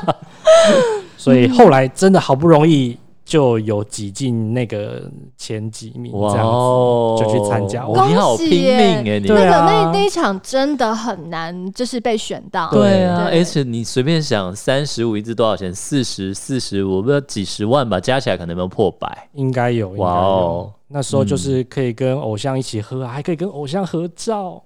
Speaker 4: *laughs* 所以后来真的好不容易就有挤进那个前几名这样子。
Speaker 2: 哦
Speaker 4: 就去参加
Speaker 2: 哇你好
Speaker 3: 恭喜
Speaker 2: 拼
Speaker 3: 耶
Speaker 2: 命哎，你
Speaker 3: 那
Speaker 4: 对
Speaker 3: 个
Speaker 4: 啊
Speaker 3: 那那一场真的很难，就是被选到。
Speaker 2: 对啊，
Speaker 3: 对
Speaker 2: 而且你随便想，三十五一支多少钱？四十、四十五，不知道几十万吧，加起来可能有没有破百？
Speaker 4: 应该有，应该
Speaker 2: 哇
Speaker 4: 有
Speaker 2: 哦。
Speaker 4: 那时候就是可以跟偶像一起喝啊，还可以跟偶像合
Speaker 2: *laughs*
Speaker 4: 照。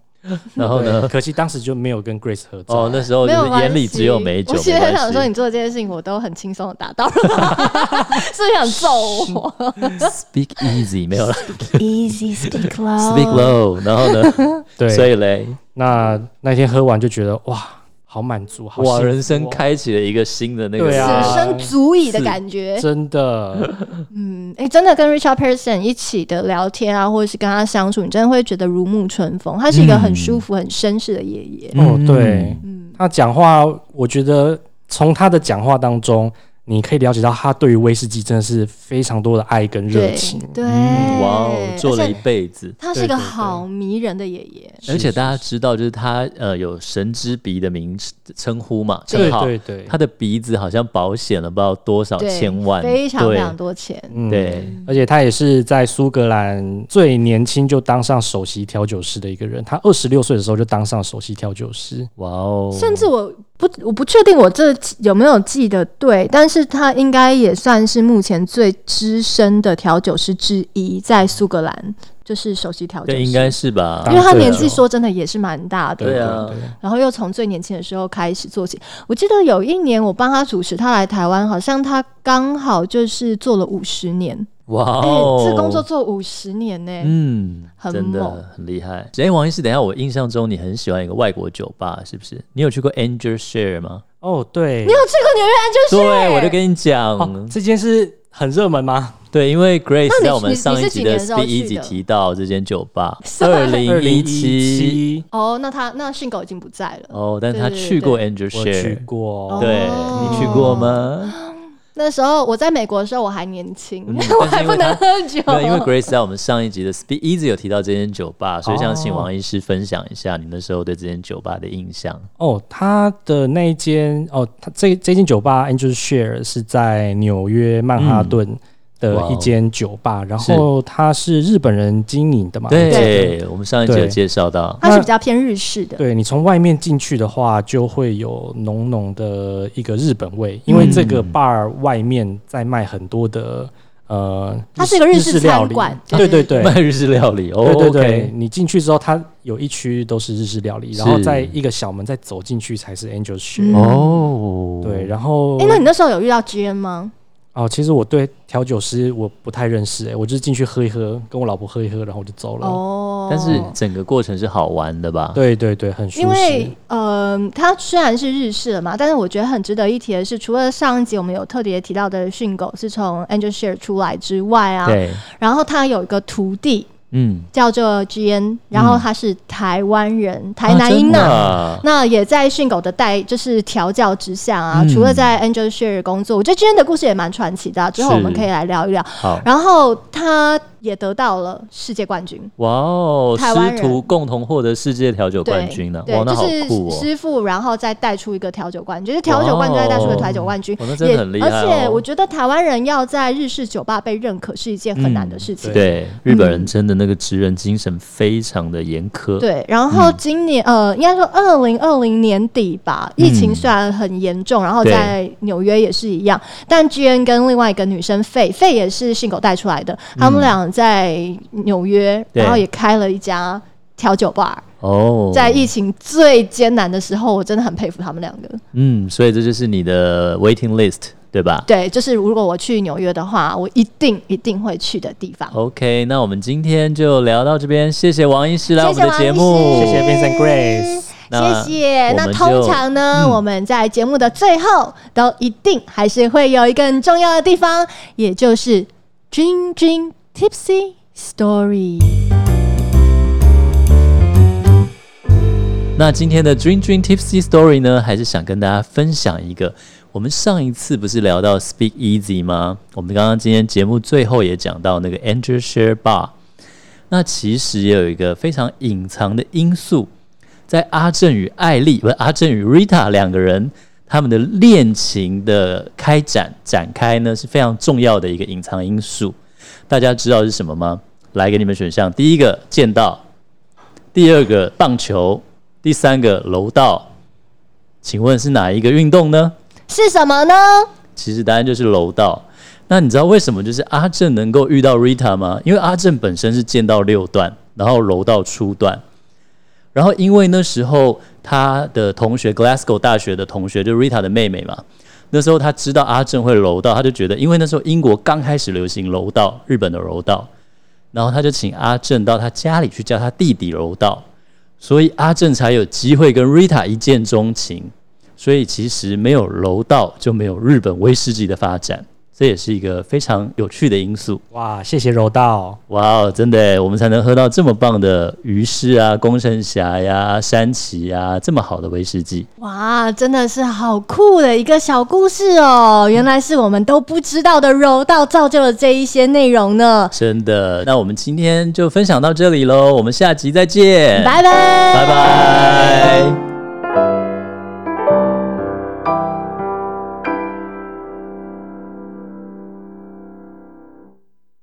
Speaker 2: 然后呢
Speaker 4: 对？可惜当时就没有跟 Grace 合照。
Speaker 2: 哦，那时候
Speaker 3: 没
Speaker 2: 就
Speaker 3: 有
Speaker 2: 是
Speaker 3: 关系
Speaker 2: 眼里只有美酒。
Speaker 3: 我其实
Speaker 2: 没
Speaker 3: 很
Speaker 2: 关
Speaker 3: 想
Speaker 2: 系
Speaker 3: 说，你做这件事情，我都很轻松的达
Speaker 2: *laughs*
Speaker 3: 到了，是不是想揍我。
Speaker 2: speak easy 没有了
Speaker 1: Easy speak
Speaker 3: 哦
Speaker 1: low，
Speaker 2: ，speak low。然后呢？
Speaker 4: 对，
Speaker 2: 所以嘞，
Speaker 4: 那那天喝完就觉得哇，好满足，好幸
Speaker 2: 哇，
Speaker 4: 福
Speaker 2: 人生
Speaker 4: 哦
Speaker 2: 开启了一个新的那个
Speaker 4: 对啊
Speaker 3: 此生足矣的感觉。
Speaker 4: 真
Speaker 2: *laughs*
Speaker 4: 的。哦
Speaker 3: 嗯，哎、真的跟 Richard Person 一起的聊天啊，或者是跟他相处，你真的会觉得如沐春风。他是一个很舒服、很绅士的爷爷。
Speaker 4: 哦
Speaker 2: 嗯，
Speaker 4: 对，
Speaker 3: 嗯，
Speaker 4: 他讲话，我觉得从他的讲话当中，你可以了解到他对于威士忌真的是非常多的爱跟热
Speaker 3: 对
Speaker 4: 情。
Speaker 3: 对，
Speaker 2: 哇哦，做了
Speaker 3: 而
Speaker 2: 一
Speaker 3: 且
Speaker 2: 辈子。
Speaker 3: 他是一个
Speaker 4: 对对对
Speaker 3: 好迷人的爷爷。
Speaker 2: 而且大家知道，就是他呃有神之鼻的名称呼嘛，
Speaker 4: 对
Speaker 2: 称号。
Speaker 4: 对对，
Speaker 2: 他的鼻子好像保险了不知道多少
Speaker 3: 对
Speaker 2: 千万，
Speaker 3: 非常非
Speaker 2: 对
Speaker 3: 常多钱。
Speaker 4: 嗯，
Speaker 2: 对，
Speaker 4: 而且他也是在苏格兰最年轻就当上首席调酒师的一个人，他二十六岁的时候就当上首席调酒师。
Speaker 2: 哇哦，
Speaker 3: 甚至我不我不确定我这有没有记得对，但是他应该也算是目前最资深的调酒师之一，在苏格兰就是首席调酒
Speaker 2: 对
Speaker 3: 师，
Speaker 2: 应该是吧？
Speaker 3: 因为他
Speaker 4: 对啊
Speaker 3: 年纪说真的也是蛮大的，
Speaker 2: 对啊，
Speaker 3: 然后又从最年轻的时候开始做起。我记得有一年我帮他主持，他来台湾，好像他刚好就是做了五十年，
Speaker 2: 哇
Speaker 3: 哎、
Speaker 2: 哦，
Speaker 3: 这工作做五十年呢、
Speaker 2: 嗯，
Speaker 3: 很
Speaker 2: 真
Speaker 3: 猛
Speaker 2: 的很厉害。哎，王医师，等一下，我印象中你很喜欢一个外国酒吧，是不是？你有去过 Angel Share 吗？
Speaker 4: 哦，对，
Speaker 3: 这个女人就是
Speaker 2: 对，我就跟你讲，
Speaker 4: 哦，这件事很热门吗？
Speaker 2: 对，因为 Grace
Speaker 3: 那你
Speaker 2: 在我们
Speaker 3: 你
Speaker 2: 上一
Speaker 3: 是
Speaker 2: 集
Speaker 3: 几
Speaker 2: 的
Speaker 3: 年的时候
Speaker 2: Speak 一
Speaker 3: 去
Speaker 2: 集
Speaker 3: 的
Speaker 2: 提到这间酒吧，二
Speaker 3: 二
Speaker 2: 零一七
Speaker 4: 2017，
Speaker 3: 哦，那他那训狗已经不在了。
Speaker 2: 哦，但是他
Speaker 3: 对对
Speaker 2: 去过
Speaker 3: 对
Speaker 2: Angel
Speaker 4: 我去
Speaker 2: Share，
Speaker 4: 过，
Speaker 2: 对
Speaker 3: 哦
Speaker 2: 你去过吗？
Speaker 3: 那时候我在美国的时候我还年轻，
Speaker 2: 嗯
Speaker 3: *laughs* 我还不能喝酒。
Speaker 4: *laughs*
Speaker 2: 对，因为 Grace 在我们上一集的 Speak Easy 有提到这间酒吧，所以想请
Speaker 4: 哦
Speaker 2: 王医师分享一下你那时候对这间酒吧的印象。
Speaker 4: 哦，他的那一间哦，他这这间酒吧 Angel Share 是在纽约曼哈顿
Speaker 2: 哇
Speaker 4: 的
Speaker 2: 哦
Speaker 4: 一间酒吧，然后它是日本人经营的嘛？我记得
Speaker 2: 对，我们上一集有
Speaker 4: 对
Speaker 2: 介绍到，
Speaker 3: 它是比较偏日式的，
Speaker 4: 对你从外面进去的话，就会有浓浓的一个日本味，因为这个
Speaker 2: 嗯
Speaker 4: bar 外面在卖很多的呃，
Speaker 3: 它是一个日式
Speaker 4: 式料
Speaker 3: 餐
Speaker 4: 理
Speaker 3: 馆
Speaker 4: 对
Speaker 3: 对
Speaker 4: 对对。
Speaker 2: 卖日式料理。哦
Speaker 4: 对对对
Speaker 2: OK，
Speaker 4: 你进去之后，它有一区都是日式料理，然后
Speaker 2: 是
Speaker 4: 在一个小门再走进去才是 Angel Share、
Speaker 3: 嗯
Speaker 2: 哦，
Speaker 4: 对，然后
Speaker 3: 哎、那你那时候有遇到 GM 吗？
Speaker 4: 哦，其实我对调酒师我不太认识、欸，我就是进去喝一喝，跟我老婆喝一喝，然后我就走了。
Speaker 3: 哦，
Speaker 2: 啊但是整个过程是好玩的吧？
Speaker 4: 对对对，很舒
Speaker 3: 因为
Speaker 4: 适。
Speaker 3: 呃，它虽然是日式的嘛，但是我觉得很值得一提的是，除了上一集我们有特别提到的训狗是从 Angel Share 出来之外啊，
Speaker 2: 对，
Speaker 3: 然后它有一个徒弟
Speaker 2: 嗯，
Speaker 3: 叫做 GN，然后他是台湾人，台南
Speaker 2: 啊
Speaker 3: 英娜。
Speaker 2: 真的啊
Speaker 3: 那也在训狗的带，就是调教之下啊，
Speaker 2: 嗯
Speaker 3: 除了在 Angel Share 工作，我觉得 GN 的故事也蛮传奇的啊、之后
Speaker 2: 是
Speaker 3: 我们可以来聊一聊。
Speaker 2: 好，
Speaker 3: 然后他也得到了世界冠军，
Speaker 2: 哇哦，
Speaker 3: 台湾
Speaker 2: 师
Speaker 3: 人
Speaker 2: 徒共同获得世界调酒
Speaker 3: 对
Speaker 2: 冠军呢、
Speaker 3: 对，
Speaker 2: 哇，那
Speaker 3: 就
Speaker 2: 好酷
Speaker 3: 是
Speaker 2: 哦！
Speaker 3: 师傅，然后再带出一个调酒冠军，就是调酒冠军再带出一个调酒冠军
Speaker 2: 哇哦哇那，真的
Speaker 3: 也
Speaker 2: 很厉害
Speaker 3: 而
Speaker 2: 哦
Speaker 3: 且我觉得台湾人要在日式酒吧被认可是一件很难的事情。
Speaker 2: 对，日本人真的那个职人精神非常的严苛。
Speaker 3: 对，然后今年、呃，应该说二零二零年底吧，疫情
Speaker 2: 嗯
Speaker 3: 虽然很严重，然后
Speaker 2: 对
Speaker 3: 在纽约也是一样，但 G N 跟另外一个女生费费也是信狗带出来的，他们俩在纽约，
Speaker 2: 嗯对
Speaker 3: 然后也开了一家。调酒吧，
Speaker 2: 哦，
Speaker 3: 在疫情最艰难的时候，我真的很佩服他们两个。
Speaker 2: 嗯，所以这就是你的 waiting list 对吧
Speaker 3: 对，就是如果我去纽约的话，我一定一定会去的地方。
Speaker 2: ？OK，那我们今天就聊到这边，谢谢王医师来我
Speaker 3: 谢
Speaker 2: 们
Speaker 3: 谢王
Speaker 2: 的节
Speaker 3: 医
Speaker 2: 目，
Speaker 3: 师
Speaker 4: 谢谢 Vincent Grace
Speaker 2: 那
Speaker 3: 谢谢。
Speaker 2: 我
Speaker 3: 那
Speaker 2: 们
Speaker 3: 通
Speaker 2: 就嗯
Speaker 3: 常呢，我们在节目的最后都一定还是会有一个很重要的地方，也就是 Dream Dream Tipsy Story。
Speaker 2: 那今天的 Dream Dream Tipsy Story 呢，还是想跟大家分享一个，我们上一次不是聊到 Speak Easy 吗？我们刚刚今天节目最后也讲到那个 Angel Share Bar，那其实也有一个非常隐藏的因素，在阿正与艾丽，不是阿正与 Rita 两个人他们的恋情的开展展开呢，是非常重要的一个隐藏因素。大家知道是什么吗？来给你们选项，第一个剑道，第二个棒球，第三个柔道，请问是哪一个运动呢？
Speaker 3: 是什么呢？
Speaker 2: 其实答案就是柔道。那你知道为什么就是阿正能够遇到 Rita 吗？因为阿正本身是剑道六段，然后柔道初段，然后因为那时候他的同学 Glasgow 大学的同学就是 Rita 的妹妹嘛，那时候他知道阿正会柔道，他就觉得，因为那时候英国刚开始流行柔道，日本的柔道，然后他就请阿正到他家里去教他弟弟柔道，所以阿正才有机会跟 Rita 一见钟情。所以其实没有楼道就没有日本威士忌的发展，这也是一个非常有趣的因素。
Speaker 4: 哇，谢谢柔道。
Speaker 2: 哇哦，真的耶，我们才能喝到这么棒的鱼市啊、宫城峡呀、山崎啊这么好的威士忌。
Speaker 3: 哇，真的是好酷的一个小故事哦！原来是我们都不知道的柔道造就了这一些内容呢。
Speaker 2: 真的，那我们今天就分享到这里喽，我们下集再见，
Speaker 3: 哎拜拜，
Speaker 2: 拜拜